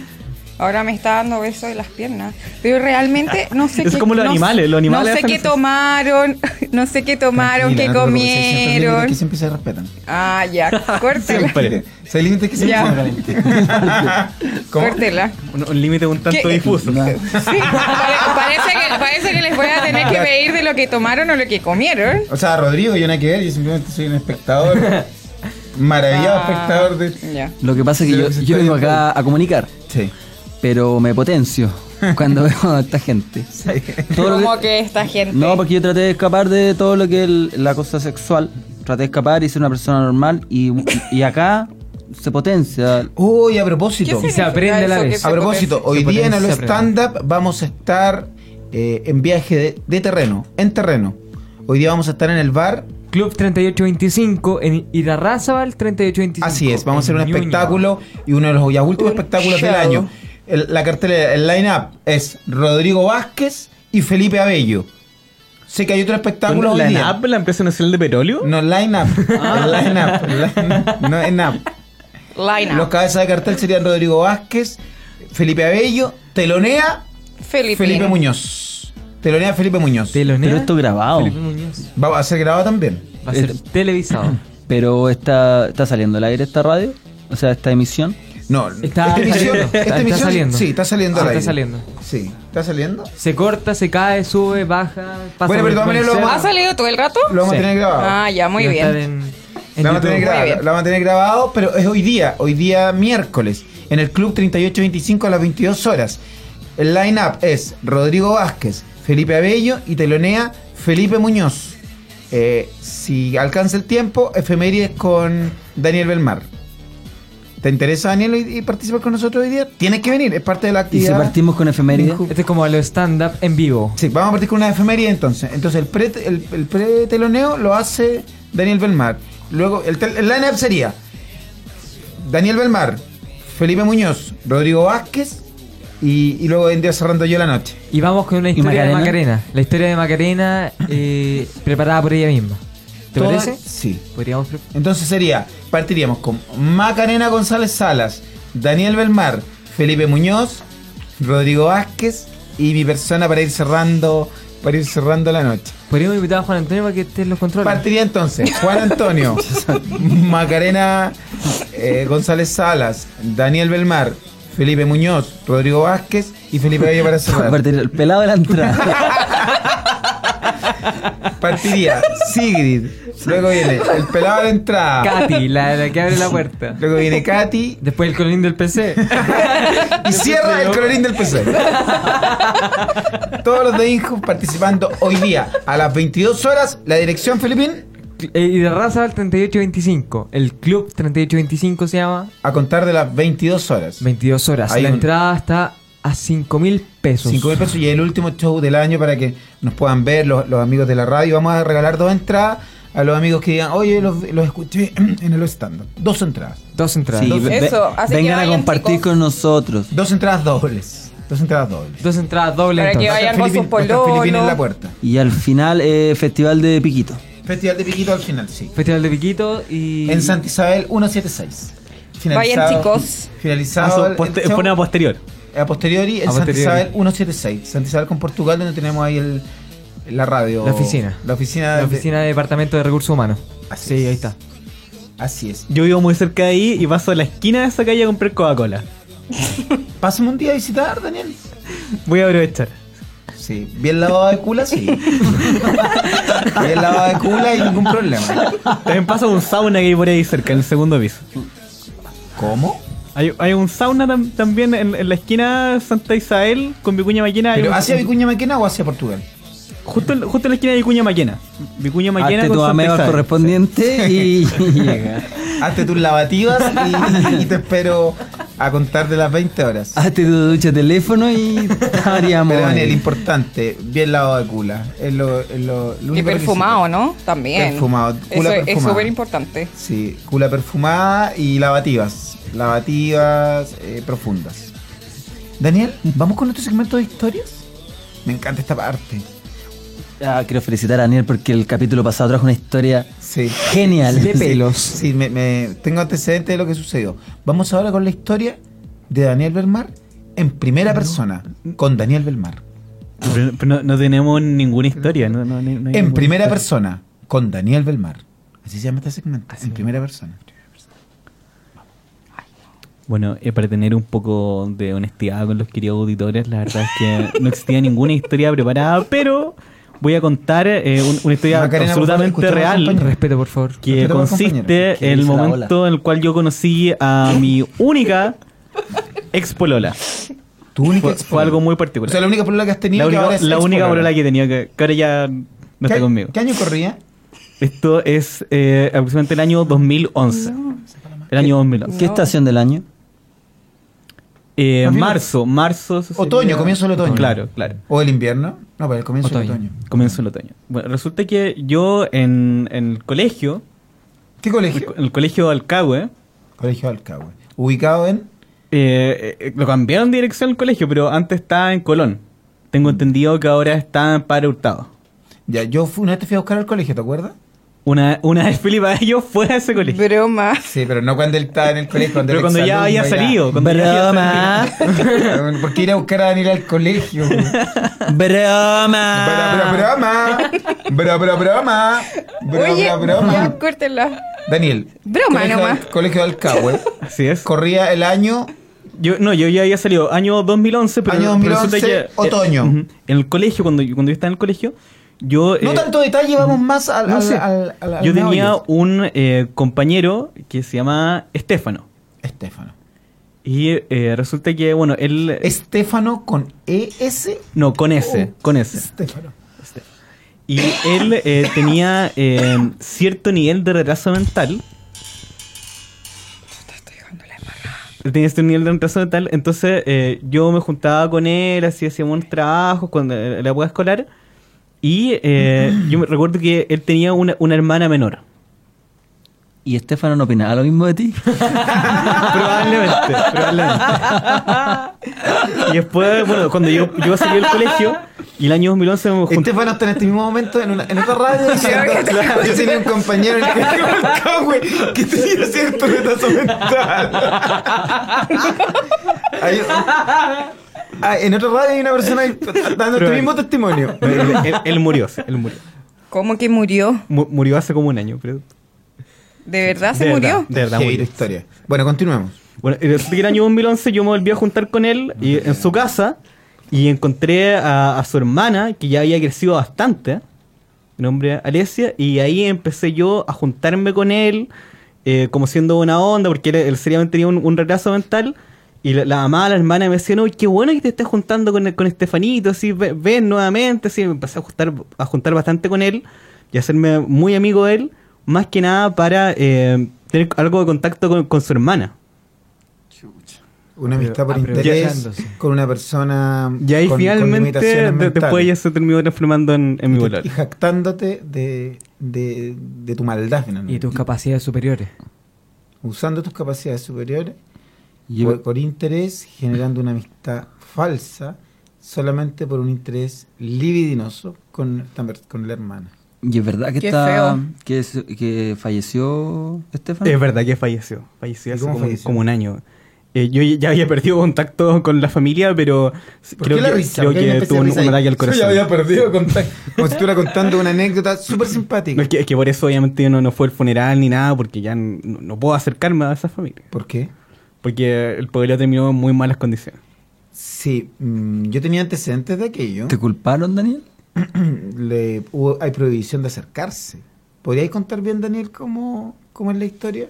D: Ahora me está dando besos en las piernas. Pero realmente no sé
F: Es
D: qué
F: como los
D: no-
F: animales, los animales
D: No sé
F: hacen
D: qué
F: eso.
D: tomaron, (laughs) no sé qué tomaron,
C: Tranquila,
D: qué
C: no te preocupes, hay ciertos límites
D: comieron.
C: Que siempre se respetan.
D: Ah, ya, córtela.
F: Siempre.
C: Sí, hay límites que siempre
D: Ya.
C: se respetan. ¿Cómo?
D: (laughs) Córtela.
F: Un, un límite un tanto
D: ¿Qué?
F: difuso.
D: Sí, pare- parece, que, parece que les voy a tener que pedir de lo que tomaron o lo que comieron.
C: O sea, Rodrigo, yo nada que ver, yo simplemente soy un espectador.
D: (laughs)
C: maravillado
D: Ah,
C: espectador de.
D: Ya.
G: Lo que pasa es que
C: Creo
G: yo,
C: que se
G: yo
C: está
G: vengo
C: bien.
G: acá a comunicar,
C: Sí.
G: pero me
C: (laughs)
G: potencio cuando veo a esta gente. Todo lo que-
D: Como que esta gente.
G: no, porque yo traté de escapar de todo lo que es la cosa sexual. Traté de escapar y ser una persona normal y, y acá se potencia.
C: Uy, a propósito.
D: ¿Qué Y se aprende a la significa vez. eso que
C: A
D: se
C: propósito,
A: potencia?
C: hoy
A: Se
C: día en el
A: potencia, aprende.
C: stand-up vamos a estar eh, en viaje de, de terreno, en terreno. Hoy día vamos a estar en el bar.
A: Club 3825 en Irarrázaval 3825.
C: Así es, vamos a hacer un
A: en Ñuñoa.
C: espectáculo y uno de los ya últimos espectáculos del
D: show.
C: año. El- la cartelera, el line-up es Rodrigo Vázquez y Felipe Abello. Sé que hay otro espectáculo hoy
F: ¿La
C: día.
F: NAP, la empresa nacional de petróleo? Ah.
C: No, line-up.
F: (laughs)
C: El line-up. el line-up, No es NAP.
D: Line
C: Los
D: up.
C: cabezas de cartel serían Rodrigo Vázquez, Felipe Abello, telonea
D: Felipe.
C: Felipe Muñoz. Telonea Felipe Muñoz.
A: Telonea
G: Pero esto grabado.
A: Felipe Muñoz.
C: Va a ser grabado también.
A: Va a ser
G: Este-
C: (clears throat)
A: televisado.
G: Pero está, está saliendo al aire esta radio, o sea, esta emisión.
C: No, Este
A: Está
C: esta emisión,
A: saliendo.
C: esta
A: Está- está
C: emisión-
A: saliendo.
C: Sí, está saliendo
A: Sí,
C: al
A: está
C: aire.
A: saliendo.
C: Sí, está saliendo.
A: Se corta, se cae, sube, baja. Pasa
C: Bueno, pero de todas
A: por el
C: maneras lo
A: cero.
D: ¿Ha salido todo el rato?
C: Lo vamos
A: Sí.
C: a tener grabado.
D: Ah, ya, muy
A: Y va a estar
D: bien.
A: en- en
C: lo, vamos a tener
A: YouTube.
C: grabado
D: Muy bien.
C: lo vamos a tener grabado, pero es hoy día, hoy día miércoles, en el Club 3825 a las 22 horas. El line-up es Rodrigo Vázquez, Felipe Abello y telonea Felipe Muñoz. Eh, si alcanza el tiempo, efemérides con Daniel Belmar. ¿Te interesa, Daniel, y, y participar con nosotros hoy día? Tienes que venir, es parte de la
G: Y
C: actividad.
G: si partimos con efeméride, (laughs)
A: Este es como los stand-up en vivo.
C: Sí, vamos a partir con una efeméride entonces. Entonces el pre el, el preteloneo lo hace Daniel Belmar. Luego el, tel- el line-up sería Daniel Belmar, Felipe Muñoz, Rodrigo Vázquez y, y luego vendría cerrando yo la noche.
A: Y vamos con una historia de
G: Macarena?
A: Macarena. La historia de Macarena eh, preparada por ella misma. ¿Te
C: Toda-
A: parece?
C: Sí.
A: Podríamos pre-
C: Entonces sería, partiríamos con Macarena González Salas, Daniel Belmar, Felipe Muñoz, Rodrigo Vázquez y mi persona para ir cerrando, para ir cerrando la noche.
A: podríamos invitar a Juan Antonio para que esté en los controles.
C: Partiría entonces Juan Antonio, Macarena eh, González Salas, Daniel Belmar, Felipe Muñoz, Rodrigo Vázquez y Felipe Bello para cerrar.
G: partir el pelado de la
F: (laughs)
G: entrada.
C: Partiría Sigrid, luego viene el pelado a la entrada,
A: Katy, la, la que abre la puerta.
C: luego viene Katy
A: Después el colorín del
C: (laughs)
A: PC.
C: y cierra el colorín del PC. Todos los de Inju participando hoy día a las 22 horas. La dirección, Filipín,
A: Eh, y de raza al 3825. El club 3825 se llama.
C: a contar de las 22 horas.
A: 22 horas.
C: Hay
A: la
C: un-
A: entrada está a 5 mil pesos.
C: 5 mil pesos y el último show del año para que nos puedan ver los, los amigos de la radio. Vamos a regalar dos entradas a los amigos que digan, oye, los, los escuché (clears throat) en el stand-up. Dos entradas.
A: Dos entradas.
G: Sí,
C: Dos-
G: ve-
D: Eso, así que
G: vengan a
D: vayan,
G: compartir
D: chicos.
G: con nosotros.
C: Dos entradas dobles. Dos entradas dobles.
A: Dos entradas dobles.
D: Para que
A: entonces.
D: vayan con sus
C: Va a estar
D: pololos.
C: Filipina en la puerta.
G: Y al final, eh, Festival de Piquito.
C: Festival de Piquito al final, sí.
A: Festival de Piquito y.
C: En Santa Isabel 176.
D: Vayan, chicos.
C: Finalizado.
F: Ah,
C: el-
F: su- poste-
C: el show.
F: pone a posterior.
C: A posteriori, en
F: A
C: Santa
F: posteriori.
C: Isabel 176. Santa Isabel con Portugal, donde tenemos ahí el, la radio.
A: La oficina.
C: La oficina.
A: La
C: de-
A: oficina de Departamento de Recursos Humanos.
C: Así
A: sí, ahí está.
C: Así es.
F: Yo vivo muy cerca de ahí y paso a la esquina de esa calle a comprar Coca-Cola.
C: Pásame un día a visitar, Daniel.
F: Voy a aprovechar.
C: Sí, bien lavado de cula, sí. bien lavado de cula y ningún problema.
F: También pasa un sauna que hay por ahí cerca, en el segundo piso.
C: ¿Cómo?
F: Hay, hay un sauna tam- también en, en la esquina de Santa Isabel con Vicuña Maquena. hay
C: ¿Pero
F: un-
C: hacia Vicuña Maquena o hacia Portugal?
F: Justo, en- justo en la esquina de Vicuña Maquena. Vicuña Maquena
G: Hazte
F: con
G: este tu
F: Santa
G: ameba
F: Isabel.
G: correspondiente y (laughs) llega.
C: Hazte tus lavativas y, y te espero a contar de las 20 horas.
G: Hazte tu ducha teléfono (laughs) y haríamos.
C: Pero Daniel,
G: ahí.
C: importante, bien lavado de cula. Es lo, es lo, lo
D: Y
C: único
D: perfumado,
C: requisito.
D: ¿no? También.
C: Perfumado,
D: Eso
C: cula
D: es- es
C: perfumada.
D: súper importante.
C: Sí, cula perfumada y lavativas. Lavativas eh, profundas. Daniel, ¿vamos con nuestro segmento de historias? Me encanta esta parte.
G: Ah, quiero felicitar a Daniel porque el capítulo pasado trajo una historia
C: Sí.
G: genial.
C: Sí, Sí, me, me- tengo antecedentes de lo que sucedió. Vamos ahora con la historia de Daniel Belmar en primera persona, con Daniel Belmar.
F: Pero- pero no, no tenemos ninguna historia. No, no- no- no hay
C: En
F: ninguna
C: primera
F: historia.
C: persona, con Daniel Belmar. Así se llama este segmento. en primera persona.
F: Bueno, eh, para tener un poco de honestidad con los queridos auditores, la verdad es que no existía ninguna historia preparada, pero voy a contar eh, un- una historia
C: Macarena, por favor,
F: absolutamente
C: escuchemos a la
F: real.
C: compañera.
A: Respeto, por favor.
F: que
C: Respeto por los
F: consiste
C: compañeros.
F: en el
G: dice la
F: momento en el cual yo conocí a mi única ex polola.
C: Tu única
F: Fue,
C: ex
F: fue algo muy
C: O sea,
F: particular.
C: la única polola que has tenido
F: la
C: que ahora
F: única,
C: es
F: la
C: ex
F: única polola que he tenido que, que ahora ya no
C: ¿Qué-
F: está conmigo.
C: ¿Qué año corría?
F: Esto es eh, aproximadamente el año 2011. El año 2011.
G: ¿Qué estación del año?
F: Eh,
C: Más bien-
F: marzo, marzo. eso
C: Otoño,
F: sería-
C: comienzo del otoño.
F: Claro, claro.
C: ¿O el invierno? No, pero el comienzo del
A: Otoño.
C: otoño.
F: Comienzo el otoño. Bueno, resulta que yo en, en el colegio,
C: ¿Qué colegio?
F: en el colegio de Alcagüe,
C: Colegio Alcagüe. Ubicado en.
F: Eh, eh, lo cambiaron de dirección al colegio, pero antes estaba en Colón.
C: Mm.
F: Tengo entendido que ahora está en Padre Hurtado.
C: Ya, yo fui, una vez te fui a buscar al colegio, ¿te acuerdas?
F: Una, una vez Felipe yo fue a
C: (laughs)
F: ese colegio.
D: Broma.
C: Sí, pero no cuando él estaba en el colegio. Cuando
F: Pero
C: era
F: cuando ya
C: exalumno,
F: había salido. Cuando ya había
G: Broma.
C: (laughs)
F: salido.
C: ¿Por qué ir a buscar a Daniel al colegio?
F: (laughs)
C: güey? Bra,
G: Broma.
C: bra, broma. Bra, bra, broma. Bra,
D: Oye,
C: bra, broma.
D: ya, córtenla.
C: Daniel.
D: Broma
C: colegio
D: nomás.
C: Al, colegio del
D: (laughs)
C: Alcagüe.
F: Así es.
C: Corría el año.
F: Yo, no, yo ya había salido año 2011, pero
C: Año
F: pero eh,
C: 2011, otoño.
F: ujú. en el colegio, cuando, yo- cuando yo estaba en el colegio, yo...
C: No
F: eh,
C: tanto detalle, vamos más al.
F: no
C: al-
F: sé.
C: al- al- al
F: yo tenía
C: meollo.
F: un eh, compañero que se llama Estefano.
C: Estefano.
F: Y eh, resulta que, bueno, él...
C: Estefano con E ES.
F: no, con S,
C: Oh.
F: con S.
C: Estefano.
F: Y él eh, tenía eh, cierto nivel de retraso mental. Tenía este nivel de retraso mental, entonces eh, yo me juntaba con él, así hacíamos unos trabajos cuando en la época escolar. Y eh, yo me recuerdo que él tenía una, una hermana menor. (laughs)
G: ¿Y Estefano no opinaba lo mismo de (laughs) ti?
F: probablemente, probablemente. y después, bueno, cuando yo, yo salí del colegio, y el año 2011 me (laughs) junté.
C: Estefano está en este mismo momento en, una, en
F: (laughs)
C: otra radio diciendo yo tenía un compañero en el colegio del Alcagüe que tenía cierto retraso mental. Hay- ah, en otra radio hay una persona dando este mismo testimonio.
F: Él, él- él murió, sí, él murió.
D: ¿Cómo que murió?
F: Mu- murió hace como un año, pero.
D: ¿De verdad se
F: De verdad.
D: murió?
F: De verdad,
C: Qué
F: muy
C: vida
F: bien.
C: historia. Bueno, continuemos.
F: Bueno, y resulta que el año 2011 yo me volví a juntar con él y, en su casa y encontré a, a su hermana, que ya había crecido bastante, de nombre Alesia, y ahí empecé yo a juntarme con él, eh, como siendo una onda, porque él, él seriamente tenía un, un retraso mental. Y la, la mamá, la hermana me decía, no, qué bueno que te estés juntando con, con Estefanito, así, ve- ven, nuevamente, así, me empecé a juntar, a juntar bastante con él y a hacerme muy amigo de él, más que nada para eh, tener algo de contacto con- con su hermana.
C: una amistad por interés
F: aprovechándose.
C: con una persona
F: Y ahí
C: con- con
F: finalmente,
C: limitaciones
F: de- después
C: mentales.
F: ya se terminó transformando en, en mi valor.
C: y jactándote de, de- de tu maldad finalmente.
A: Y tus capacidades superiores.
C: Usando tus capacidades superiores
A: Yo-
C: por, por interés, generando una amistad falsa solamente por un interés libidinoso con, esta per- con la hermana.
G: Y es verdad que
C: Qué
G: está
C: feo.
G: que, es- que falleció Estefan.
F: Es verdad que falleció. Falleció
G: ¿Y
F: hace
G: cómo
F: como,
G: falleció?
F: como un año. Eh, yo ya había perdido contacto con la familia, pero creo
C: ¿Por qué la
F: que,
C: risa?
F: creo
C: ¿Por qué hay
F: que
C: una especie de
F: tuvo un, un
C: risa ahí?
F: ataque al corazón.
C: Yo ya había perdido
F: (laughs)
C: contacto. Como si estuviera contando una anécdota súper simpática.
F: No, es, que, es que por eso obviamente no, no fue el funeral ni nada, porque ya n- no, no puedo acercarme a esa familia.
C: ¿Por qué?
F: Porque el pueblo terminó en muy malas condiciones.
C: Sí, mm, yo tenía antecedentes de aquello.
G: ¿Te culparon, Daniel?
C: (clears throat) Le, hubo- hay prohibición de acercarse. ¿Podríais contar bien, Daniel, cómo, cómo es la historia?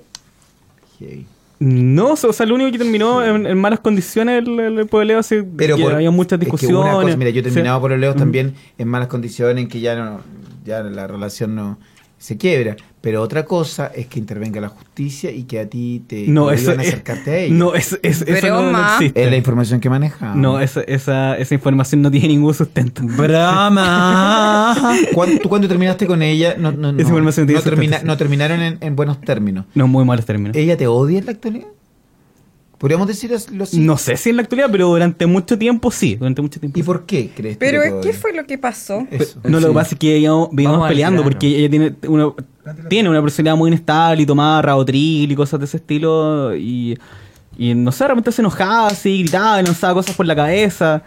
C: Heavy.
F: No, o sea, o sea, lo único que terminó en, en malas condiciones el, el puebleo, sí,
C: Pero
F: que
C: por-
F: había muchas
C: es que hubo una
F: discusiones.
C: cosa, mira, yo he
F: sí.
C: terminado por el Leo
F: Ujú.
C: también en malas condiciones, en que ya, no, ya la relación no se quiebra. Pero otra cosa es que intervenga la justicia y que a ti te
F: No, eso
C: prohíban
F: es-
C: acercarte a ella.
F: no, eso- eso- eso no- no Broma. existe.
C: Es la información que maneja.
F: No, esa, esa, esa información no tiene ningún sustento.
G: Broma.
C: ¿Cuándo, ¿Tú cuando terminaste con ella? No, no, no,
F: Esa información tiene
C: no termina-
F: sustento, sí.
C: no terminaron en, en buenos términos.
F: No, muy malos términos.
C: ¿Ella te odia en la actualidad? ¿Podríamos decir lo así?
F: No sé si en la actualidad, pero durante mucho tiempo sí. Durante mucho tiempo.
C: ¿Y por qué crees
M: Pero ¿qué fue lo que pasó?
F: No, lo que pasa es que ella
M: Vamos
F: vivimos
M: al
F: peleando
M: grano.
F: porque ella tiene una, tiene una personalidad muy inestable y tomaba rabotril y cosas de ese estilo. Y, y no sé, de repente se enojaba así, gritaba, lanzaba cosas por la cabeza.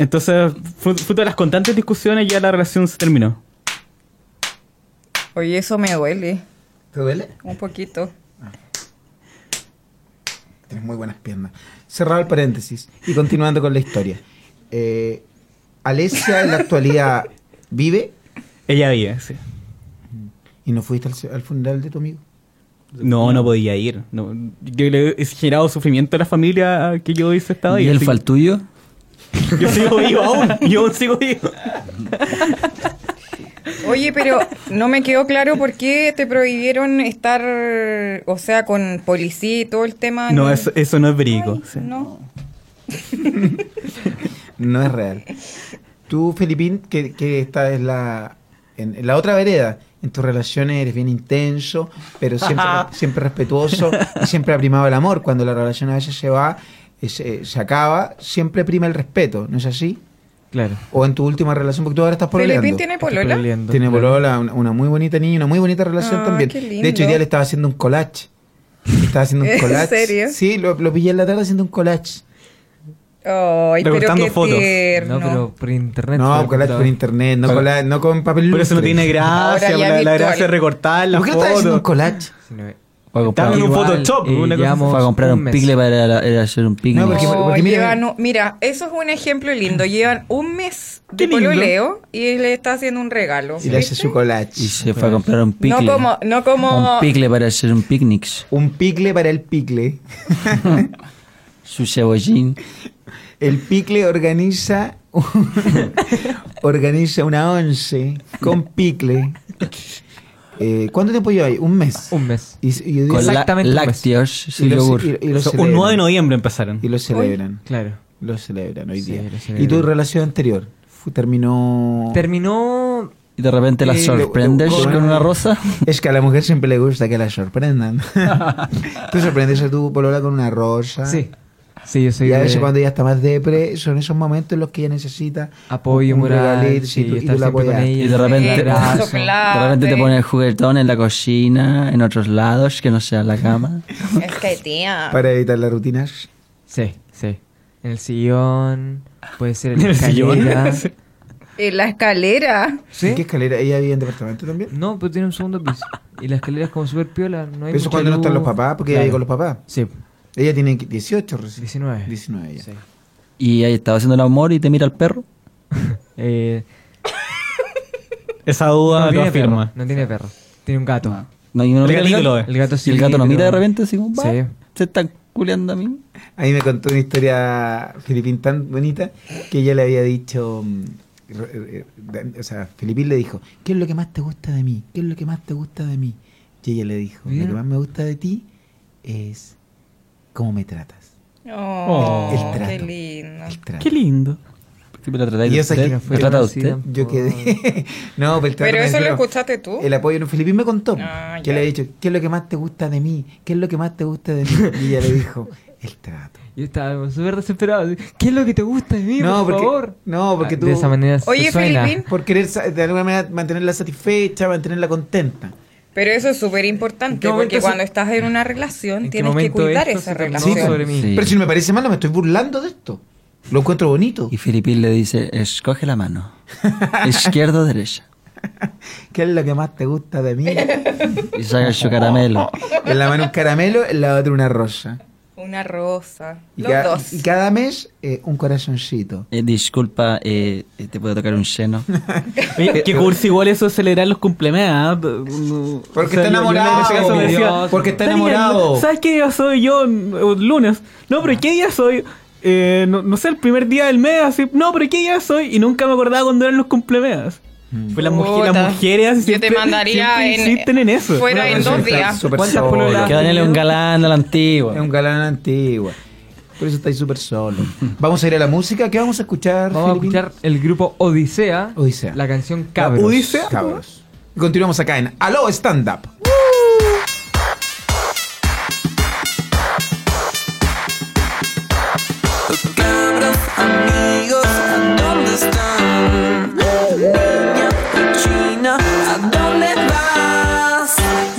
F: Entonces, fru- fruto de las constantes discusiones, ya la relación se terminó.
M: Oye, eso me duele.
C: ¿Te duele?
M: Un poquito.
C: Tienes muy buenas piernas. Cerrado el paréntesis y continuando con la historia. Eh, Alesia en la actualidad vive
F: Ella vive, sí.
C: y no fuiste al, ce- al funeral de tu amigo.
F: No, no podía ir. No, yo le he generado sufrimiento a la familia que yo hice estado
G: (laughs)
F: ahí.
G: ¿Y él
F: así
G: fue al tuyo?
F: que Yo
G: (laughs)
F: sigo vivo aún. Yo aún sigo vivo.
M: Oye, pero no me quedó claro por qué te prohibieron estar, o sea, con policía y todo el tema.
F: No, eso, eso no es verídico. sí.
M: No.
C: No es real. Tú, Felipín, que, que esta es la, en, en la otra vereda. En tus relaciones eres bien intenso,
M: (laughs)
C: pero siempre, siempre respetuoso y siempre ha primado el amor. Cuando la relación a veces se va, eh, se, se acaba, siempre prima el respeto, ¿no es así?
A: Claro.
C: O en tu última relación, porque tú ahora estás pololeando.
M: ¿Felipín tiene polola?
A: pololeando,
C: Tiene
A: claro.
C: polola, una, una muy bonita niña, una muy bonita relación
M: Ah,
C: también.
M: qué
C: De hecho, hoy
M: lindo.
C: día le estaba haciendo un collage. Estaba haciendo un
M: (laughs) ¿En
C: collage.
M: serio?
C: Sí, lo, lo pillé en la tarde haciendo un collage.
M: Ay, pero qué tierno.
A: No, pero por internet.
C: No,
A: por
C: collage
A: el
C: por internet, no, collage, no con papel
F: Pero eso no
C: lustre.
F: tiene gracia.
M: Ahora ya
F: La, la
M: virtual.
F: gracia es recortar la
C: ¿Por qué no estás haciendo un
F: foto.
C: collage?
F: Estaba en un Photoshop. una cosa así.
G: eh, Fue a comprar un, picle para ir a- ir a hacer un picle.
M: No, llevan un- mira, eso es un ejemplo lindo. Llevan un mes
G: Qué
M: de
G: lindo.
M: pololeo y le está haciendo un regalo.
C: Y le hace su collage.
G: Y se fue a comprar un picle.
M: No como, no como
G: Un picle para hacer un picnic.
C: Un picle para el picle.
G: Su cebollín.
C: El picle organiza (laughs) organiza una once con picle. Eh, ¿Cuánto tiempo lleva ahí? Un mes.
A: Un mes.
C: Y, y- y-
G: Con la- Exactamente un mes. lácteos,
C: Y
G: sin
C: lo-
G: yogur.
C: y- y lo
F: O sea, un
C: celebran.
F: 9 de noviembre empezaron.
C: Y lo celebran.
A: Claro.
C: Lo celebran hoy
A: Sí,
C: día.
A: lo
C: ¿Y tu
A: celebran.
C: relación anterior? Fu- terminó.
A: Terminó.
G: Y de repente la
C: Eh,
G: sorprendes
C: con-
G: con una rosa.
C: Es que a la mujer siempre le gusta que
A: (laughs)
C: la sorprendan. Tú sorprendes a tu polola con una rosa.
A: Sí. Sí, yo soy
C: Ah. Y a
A: de-
C: veces cuando ella está más depre, son esos momentos en los que ella necesita
A: Apoyo
C: un
A: moral,
C: regalito,
A: sí,
C: tú-
A: estar
C: tú la
A: siempre con
C: apoyas.
A: ella.
G: Y de
D: Eh,
G: repente,
A: abrazo.
M: Ah,
G: de repente te pones el juguetón en la cocina, en otros lados, que no sea la cama.
M: Es que tía.
C: Para evitar las rutinas.
A: Sí, sí. En el sillón. Puede ser en
C: (laughs) ¿En
A: la
C: el sillón?
A: escalera.
C: Sí.
D: eh,
M: En la escalera.
A: ¿Sí?
C: ¿En qué escalera? ¿Ella vive en departamento también?
A: No, pero tiene un segundo piso. Y la escalera es como súper piola. No hay
C: Eso es
A: mucha
C: cuando no están
A: luz.
C: los papás, porque ella
A: Claro.
C: vive con los papás.
A: Sí.
C: Ella tiene 18 recién.
A: 19.
C: 19 ya.
G: Y ahí estaba haciendo el amor y te mira el perro.
A: Eh,
F: (laughs) Esa duda
A: no
F: lo
A: tiene
F: afirma.
A: perro. No tiene perro. Tiene un gato.
C: Ah.
G: No, y uno
A: El
G: mira
A: gatito
G: al
A: lo ve. El gato sí
G: Y el gato nos
A: mira.
G: mira de repente así como, "Va,
A: Sí.
G: se está culeando a mí.
C: A mí me contó una historia Filipín tan bonita que ella le había dicho, mm, re- re- Dan- o sea, Filipín le dijo, ¿qué es lo que más te gusta de mí? ¿Qué es lo que más te gusta de mí? Y ella le dijo, lo que
A: Mira.
C: más me gusta de ti es cómo me tratas.
D: Oh,
C: El trato.
D: Ah, qué lindo.
F: Qué lindo.
C: Y eso es que
F: ¿Me trata de usted?
C: Yo quedé. (laughs) no, pero, el trato
D: Pero
C: me
D: eso lo
C: refiero-
D: escuchaste tú.
C: El apoyo. No, Filipín me contó que le he dicho, ¿qué es lo que más te gusta de mí? ¿Qué es lo que más te gusta de mí? Y ella le dijo, el trato.
A: Yo estaba súper desesperado. así, ¿Qué es lo que te gusta de mí,
C: No,
A: por
C: porque,
A: favor?
C: no, porque
A: Ah,
C: tú.
A: De esa manera se suena.
C: Por querer sa- de alguna manera mantenerla satisfecha, mantenerla contenta.
D: Pero eso es súper importante
C: qué momento
D: porque
C: eso-
D: cuando estás en una relación tienes que cuidar esa relación.
C: Sí. Pero si no me parece malo, me estoy burlando de esto. Lo encuentro bonito.
G: Y Filipín le dice, escoge la
F: (laughs)
G: mano. Izquierda o derecha.
C: ¿Qué es lo que más te gusta de mí?
G: Y saca su
F: Oh,
G: caramelo.
C: En la mano un caramelo, en la otra una rosa.
D: Una rosa.
C: Y,
D: Los
C: cada-
D: dos.
C: y cada mes eh, un corazoncito.
G: Eh, disculpa, eh, eh, ¿te puedo tocar
C: (laughs)
G: un seno?
F: Oye, qué cursi igual eso de celebrar los cumpleaños. ¿ah?
C: Porque está enamorado, Dios, porque está enamorado".
F: ¿Sabes qué día soy yo? Un Lunes. No, pero ¿qué día soy? Eh, no, no sé, el primer día del mes. Así, no, pero ¿qué día soy? Y nunca me acordaba cuando eran los cumpleaños.
C: Mm.
F: Pues las, mujer- las
D: Puta.
F: mujeres
D: Yo te
F: siempre-
D: mandaría
F: siempre
D: en-
F: insisten en eso.
D: fuera Una en dos relación días.
C: súper
F: ¿Cuántas
C: sola.
F: pololas
C: Que Daniel es un
G: galán a la antigua.
C: Es un galán a la antigua. Por eso estáis súper solo. Vamos a ir a la música. ¿Qué vamos a escuchar?
A: Vamos a escuchar el grupo Odisea.
C: Odisea.
A: La canción Cabros.
C: Odisea. Cabros. Y continuamos acá en Aló Stand Up.
J: amigos, ¿a dónde están? Niña cochina, ¿a dónde vas?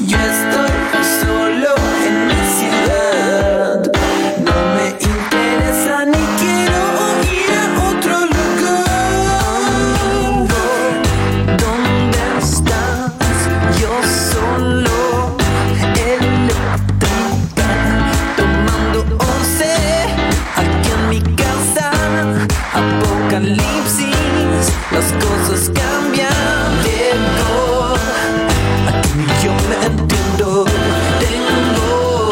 J: Yo estoy solo en mi ciudad. No me interesa ni quiero ir a otro lugar. ¿Dónde estás? Yo solo, eléctrica, tomando once. Aquí en mi casa, apocalipsis, las cosas cambian. Llegó, aquí ni yo me entiendo. Tengo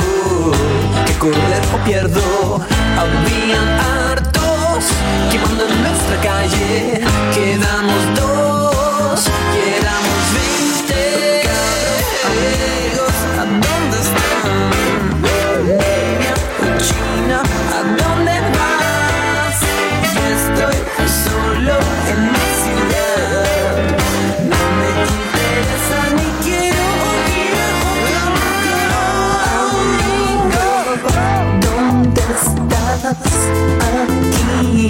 J: que correr o pierdo. Habían hartos quemando en nuestra calle. Quedamos dos, quedamos veinte. Amigos, ¿a dónde están? Niña cochina, ¿a dónde vas? Yo estoy solo en mi ciudad. No me interesa ni quiero ir a otro lugar. Amigo, ¿dónde estás? Aquí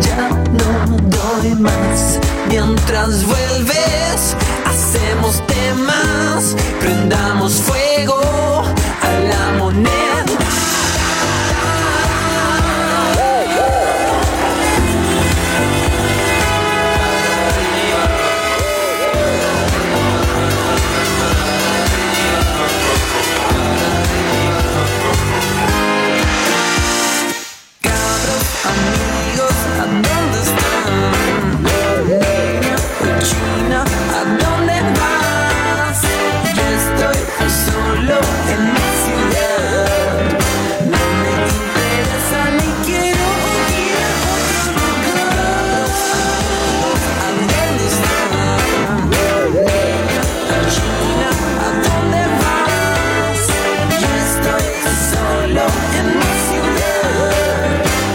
J: ya no doy más. Mientras vuelves, hacemos temas, prendamos fuego a la moneda. amigos, ¿a dónde están? Niña cochina, ¿a dónde vas? Yo estoy solo en mi ciudad. No me interesa ni quiero ir a otro lugar. ¿A dónde están? Niña cochina, ¿a dónde vas? Yo estoy solo en mi ciudad.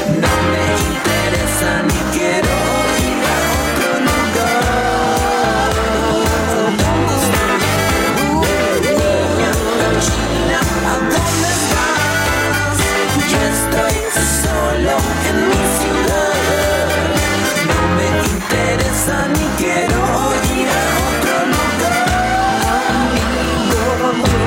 J: No me interesa ni quiero ir a otro lugar. ¿Dónde estás? Niña cochina, ¿a dónde vas? Yo estoy solo en mi ciudad. No me interesa ni quiero ir a otro lugar. Amigo, ¿dónde estás?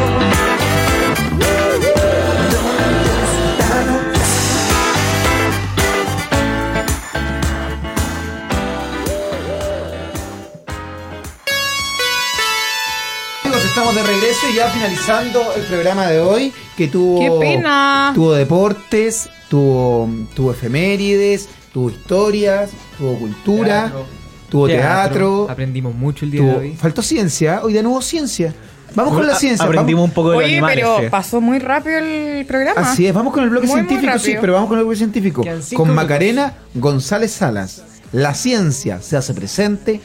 C: Amigos, estamos de regreso y ya finalizando el programa de hoy que tuvo
D: ¡Qué pena!
C: tuvo deportes, tuvo, tuvo efemérides, tuvo historias, tuvo cultura,
A: Teatro.
C: tuvo teatro,
A: Aprendimos mucho el día de
C: tuvo-
A: hoy.
C: faltó ciencia, hoy de nuevo ciencia. Vamos con la
A: A-
C: ciencia.
A: aprendimos
C: vamos-
A: un poco de los
D: Oye, pero pasó muy rápido el programa.
C: Así es, vamos con el bloque
D: Muy, muy
C: científico, sí,
D: rápido.
C: pero vamos con el bloque científico.
D: Quedan cinco
C: Con
D: minutos.
C: Macarena González Salas. La ciencia se hace presente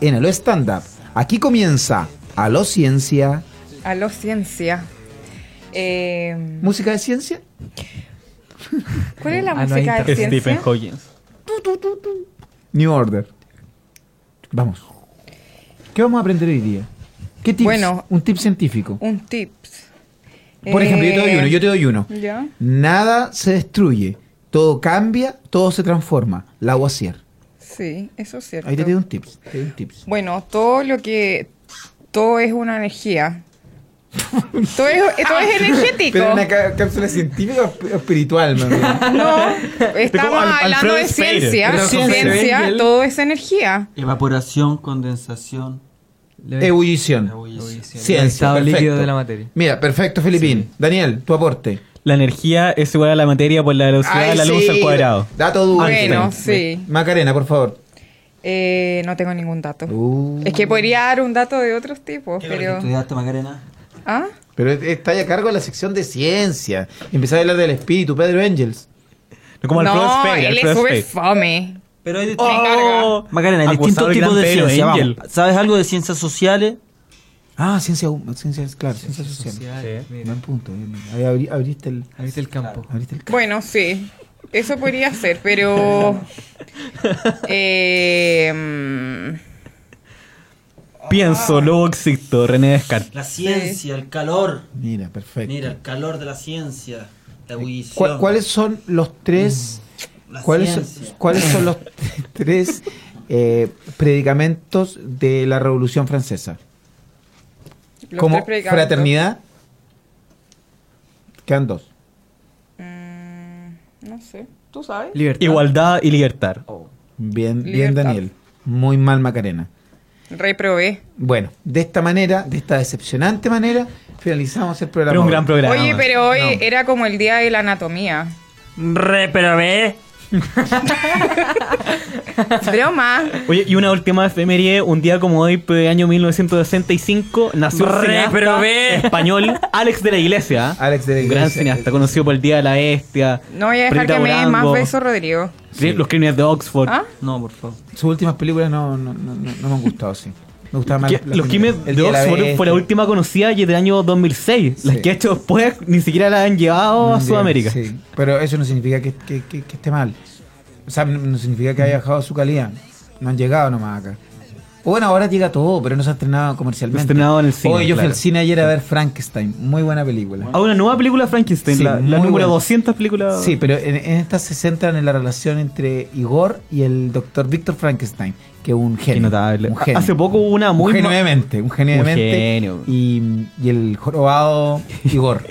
C: en el stand up. Aquí comienza a lo ciencia.
D: A lo ciencia. Eh,
C: ¿Música de ciencia?
D: ¿Cuál es la
N: Ah, no hay
D: música de
N: internet.
D: ciencia?
N: Stephen Hawking.
D: Tu, tu, tu, tu.
C: New Order. Vamos. ¿Qué vamos a aprender hoy día? ¿Qué tips?
D: Bueno.
C: un tip científico.
D: Un tips.
C: Por ejemplo, yo te doy
D: Eh,
C: uno, yo te doy uno.
D: ¿Ya?
C: Nada se destruye, todo cambia, todo se transforma. La Lavoisier.
D: Sí, eso es cierto.
C: Ahí te doy un tips. Te doy un tips.
D: Bueno, todo lo que... Todo es una energía. todo es,
C: (laughs) Ah,
D: todo es energético.
N: Pero una ca- cápsula científica o esp- o espiritual,
F: (laughs)
N: man.
D: No,
N: como
D: estamos
N: Al-
D: hablando
N: Alfredo
D: de
N: Speyer.
D: ciencia.
N: Pero
D: Ciencia,
N: Alfredo Speyer.
D: todo es energía.
G: Evaporación, condensación.
C: Ebullición. Ciencia.
F: estado
C: perfecto.
F: líquido de la materia.
C: Mira, perfecto, Filipín. Daniel, tu aporte.
F: La energía es igual a la materia por la velocidad de la luz al cuadrado.
C: Dato duro.
D: Bueno,
C: Einstein.
D: sí.
C: Macarena, por favor.
D: Eh, no tengo ningún dato.
C: Uh.
D: Es que podría dar un dato de otros tipos, pero...
G: ¿Estudiaste Macarena?
D: ¿Ah?
C: Pero está ahí a cargo de la sección de ciencia. Empezar a hablar del espíritu, Pedro Engels.
D: no, él es súper fome. (laughs)
G: Pero hay
F: Oh.
D: Me carga.
G: Macarena, hay
C: Acusado
G: distintos
C: el
G: tipos
C: gran
G: de
C: Pedro
G: ciencia.
C: Engel.
G: vamos. ¿Sabes algo de ciencias sociales?
C: Ah, ciencia, hum- ciencia claro, ciencia social. Buen punto. bien, bien. Ahí abri- abriste el, abriste el campo. Abriste el
D: Bueno, sí. Eso podría ser,
C: (laughs)
D: pero... eh, mm,
F: Pienso, luego existo, René Descartes.
G: La ciencia, el calor.
C: Mira, perfecto.
G: Mira, el calor de la ciencia. La ebullición.
C: ¿Cuál- ¿Cuáles son los tres?
G: La
C: ¿Cuáles son,
G: ciencia.
C: ¿Cuáles son (laughs) los tres eh, predicamentos de la Revolución Francesa?
D: los
C: Como
D: tres predicamentos.
C: fraternidad. Quedan dos.
D: No sé. ¿Tú sabes?
F: Igualdad y libertad.
C: Bien, bien
D: Libertad.
C: Daniel. Muy mal Macarena.
D: Reprobé.
C: Bueno, de esta manera, de esta decepcionante manera, finalizamos el programa.
F: Pero un gran programa.
D: Oye, pero hoy era como el día de la anatomía.
G: Reprobé.
D: (laughs) Broma.
F: Oye, y una última efeméride, un día como hoy, pero de año 1965, nació un cineasta
G: Reprobé.
F: español Alex de la Iglesia.
C: Alex de la
F: Iglesia. Gran cineasta, conocido por el Día de la Bestia.
D: No voy a dejar
F: Perita
D: que me den más
F: Durango,
D: besos, Rodrigo.
F: Sí. Los crímenes de Oxford.
D: ¿Ah?
G: No, por favor.
C: Sus últimas películas no, no, no, no- no me han gustado, sí. Me gustaban más
F: Que
C: las- las
F: los crímenes
C: El
F: de
C: Día la
F: Oxford
C: Bestia.
F: fue la última conocida y es del año 2006. Las que ha hecho después ni siquiera las han llevado a
C: Mundial,
F: Sudamérica.
C: sí. Pero eso no significa que, que- que- que esté mal. O sea, no no significa que haya bajado su calidad. No han llegado nomás acá. O Bueno, ahora llega todo, pero no se ha estrenado comercialmente.
F: Se ha estrenado en el cine,
C: Hoy yo fui
F: claro.
C: al cine ayer a ver Frankenstein. Muy buena película.
F: A Ah, una nueva película Frankenstein,
C: Sí,
F: la, la
C: muy
F: número
C: buena.
F: 200 película.
C: Sí, pero en, en esta se centran en la relación entre Igor y el doctor Víctor Frankenstein, que es un genio.
F: notable.
C: un genio.
F: Hace poco hubo una muy
C: Un genio
F: ma-
C: de mente, un genio de
F: Un
C: mente.
F: genio.
C: Y, y el jorobado Igor.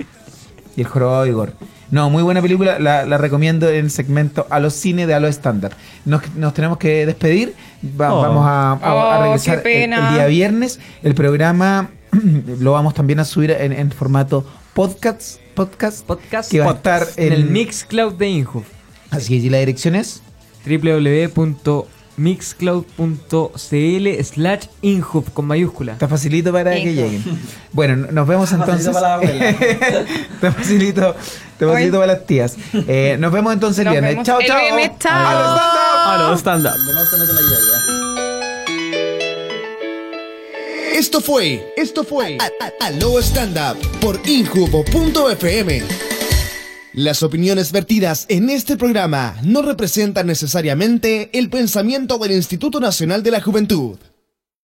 C: y el jorobado Igor. No, muy buena película, la, la recomiendo en el segmento A los cine de A lo estándar. Nos, nos tenemos que despedir, Va-
F: Oh.
C: vamos a, a- a
D: Oh,
C: regresar
D: qué
C: el, el
D: pena.
C: día viernes. El programa (clears throat) lo vamos también a subir en, en formato podcast, podcast,
A: podcast
C: que va a estar
A: en el Mixcloud de Inhub.
C: Así es, y la dirección es
A: www.mixcloud.cl slash Inhub con mayúscula.
C: Está facilito para que
A: Inhub.
C: lleguen. Bueno, n- nos vemos entonces. (laughs) Te facilito, te facilito para las tías. Eh, nos vemos entonces el
D: Nos
C: viernes.
D: vemos
C: Chao,
D: el
C: chao.
D: viernes, chao.
C: A los stand-up.
F: A los stand-up.
H: Esto fue, esto fue A- A- Aló Stand Up por Injubo.fm. Las opiniones vertidas en este programa no representan necesariamente el pensamiento del Instituto Nacional de la Juventud,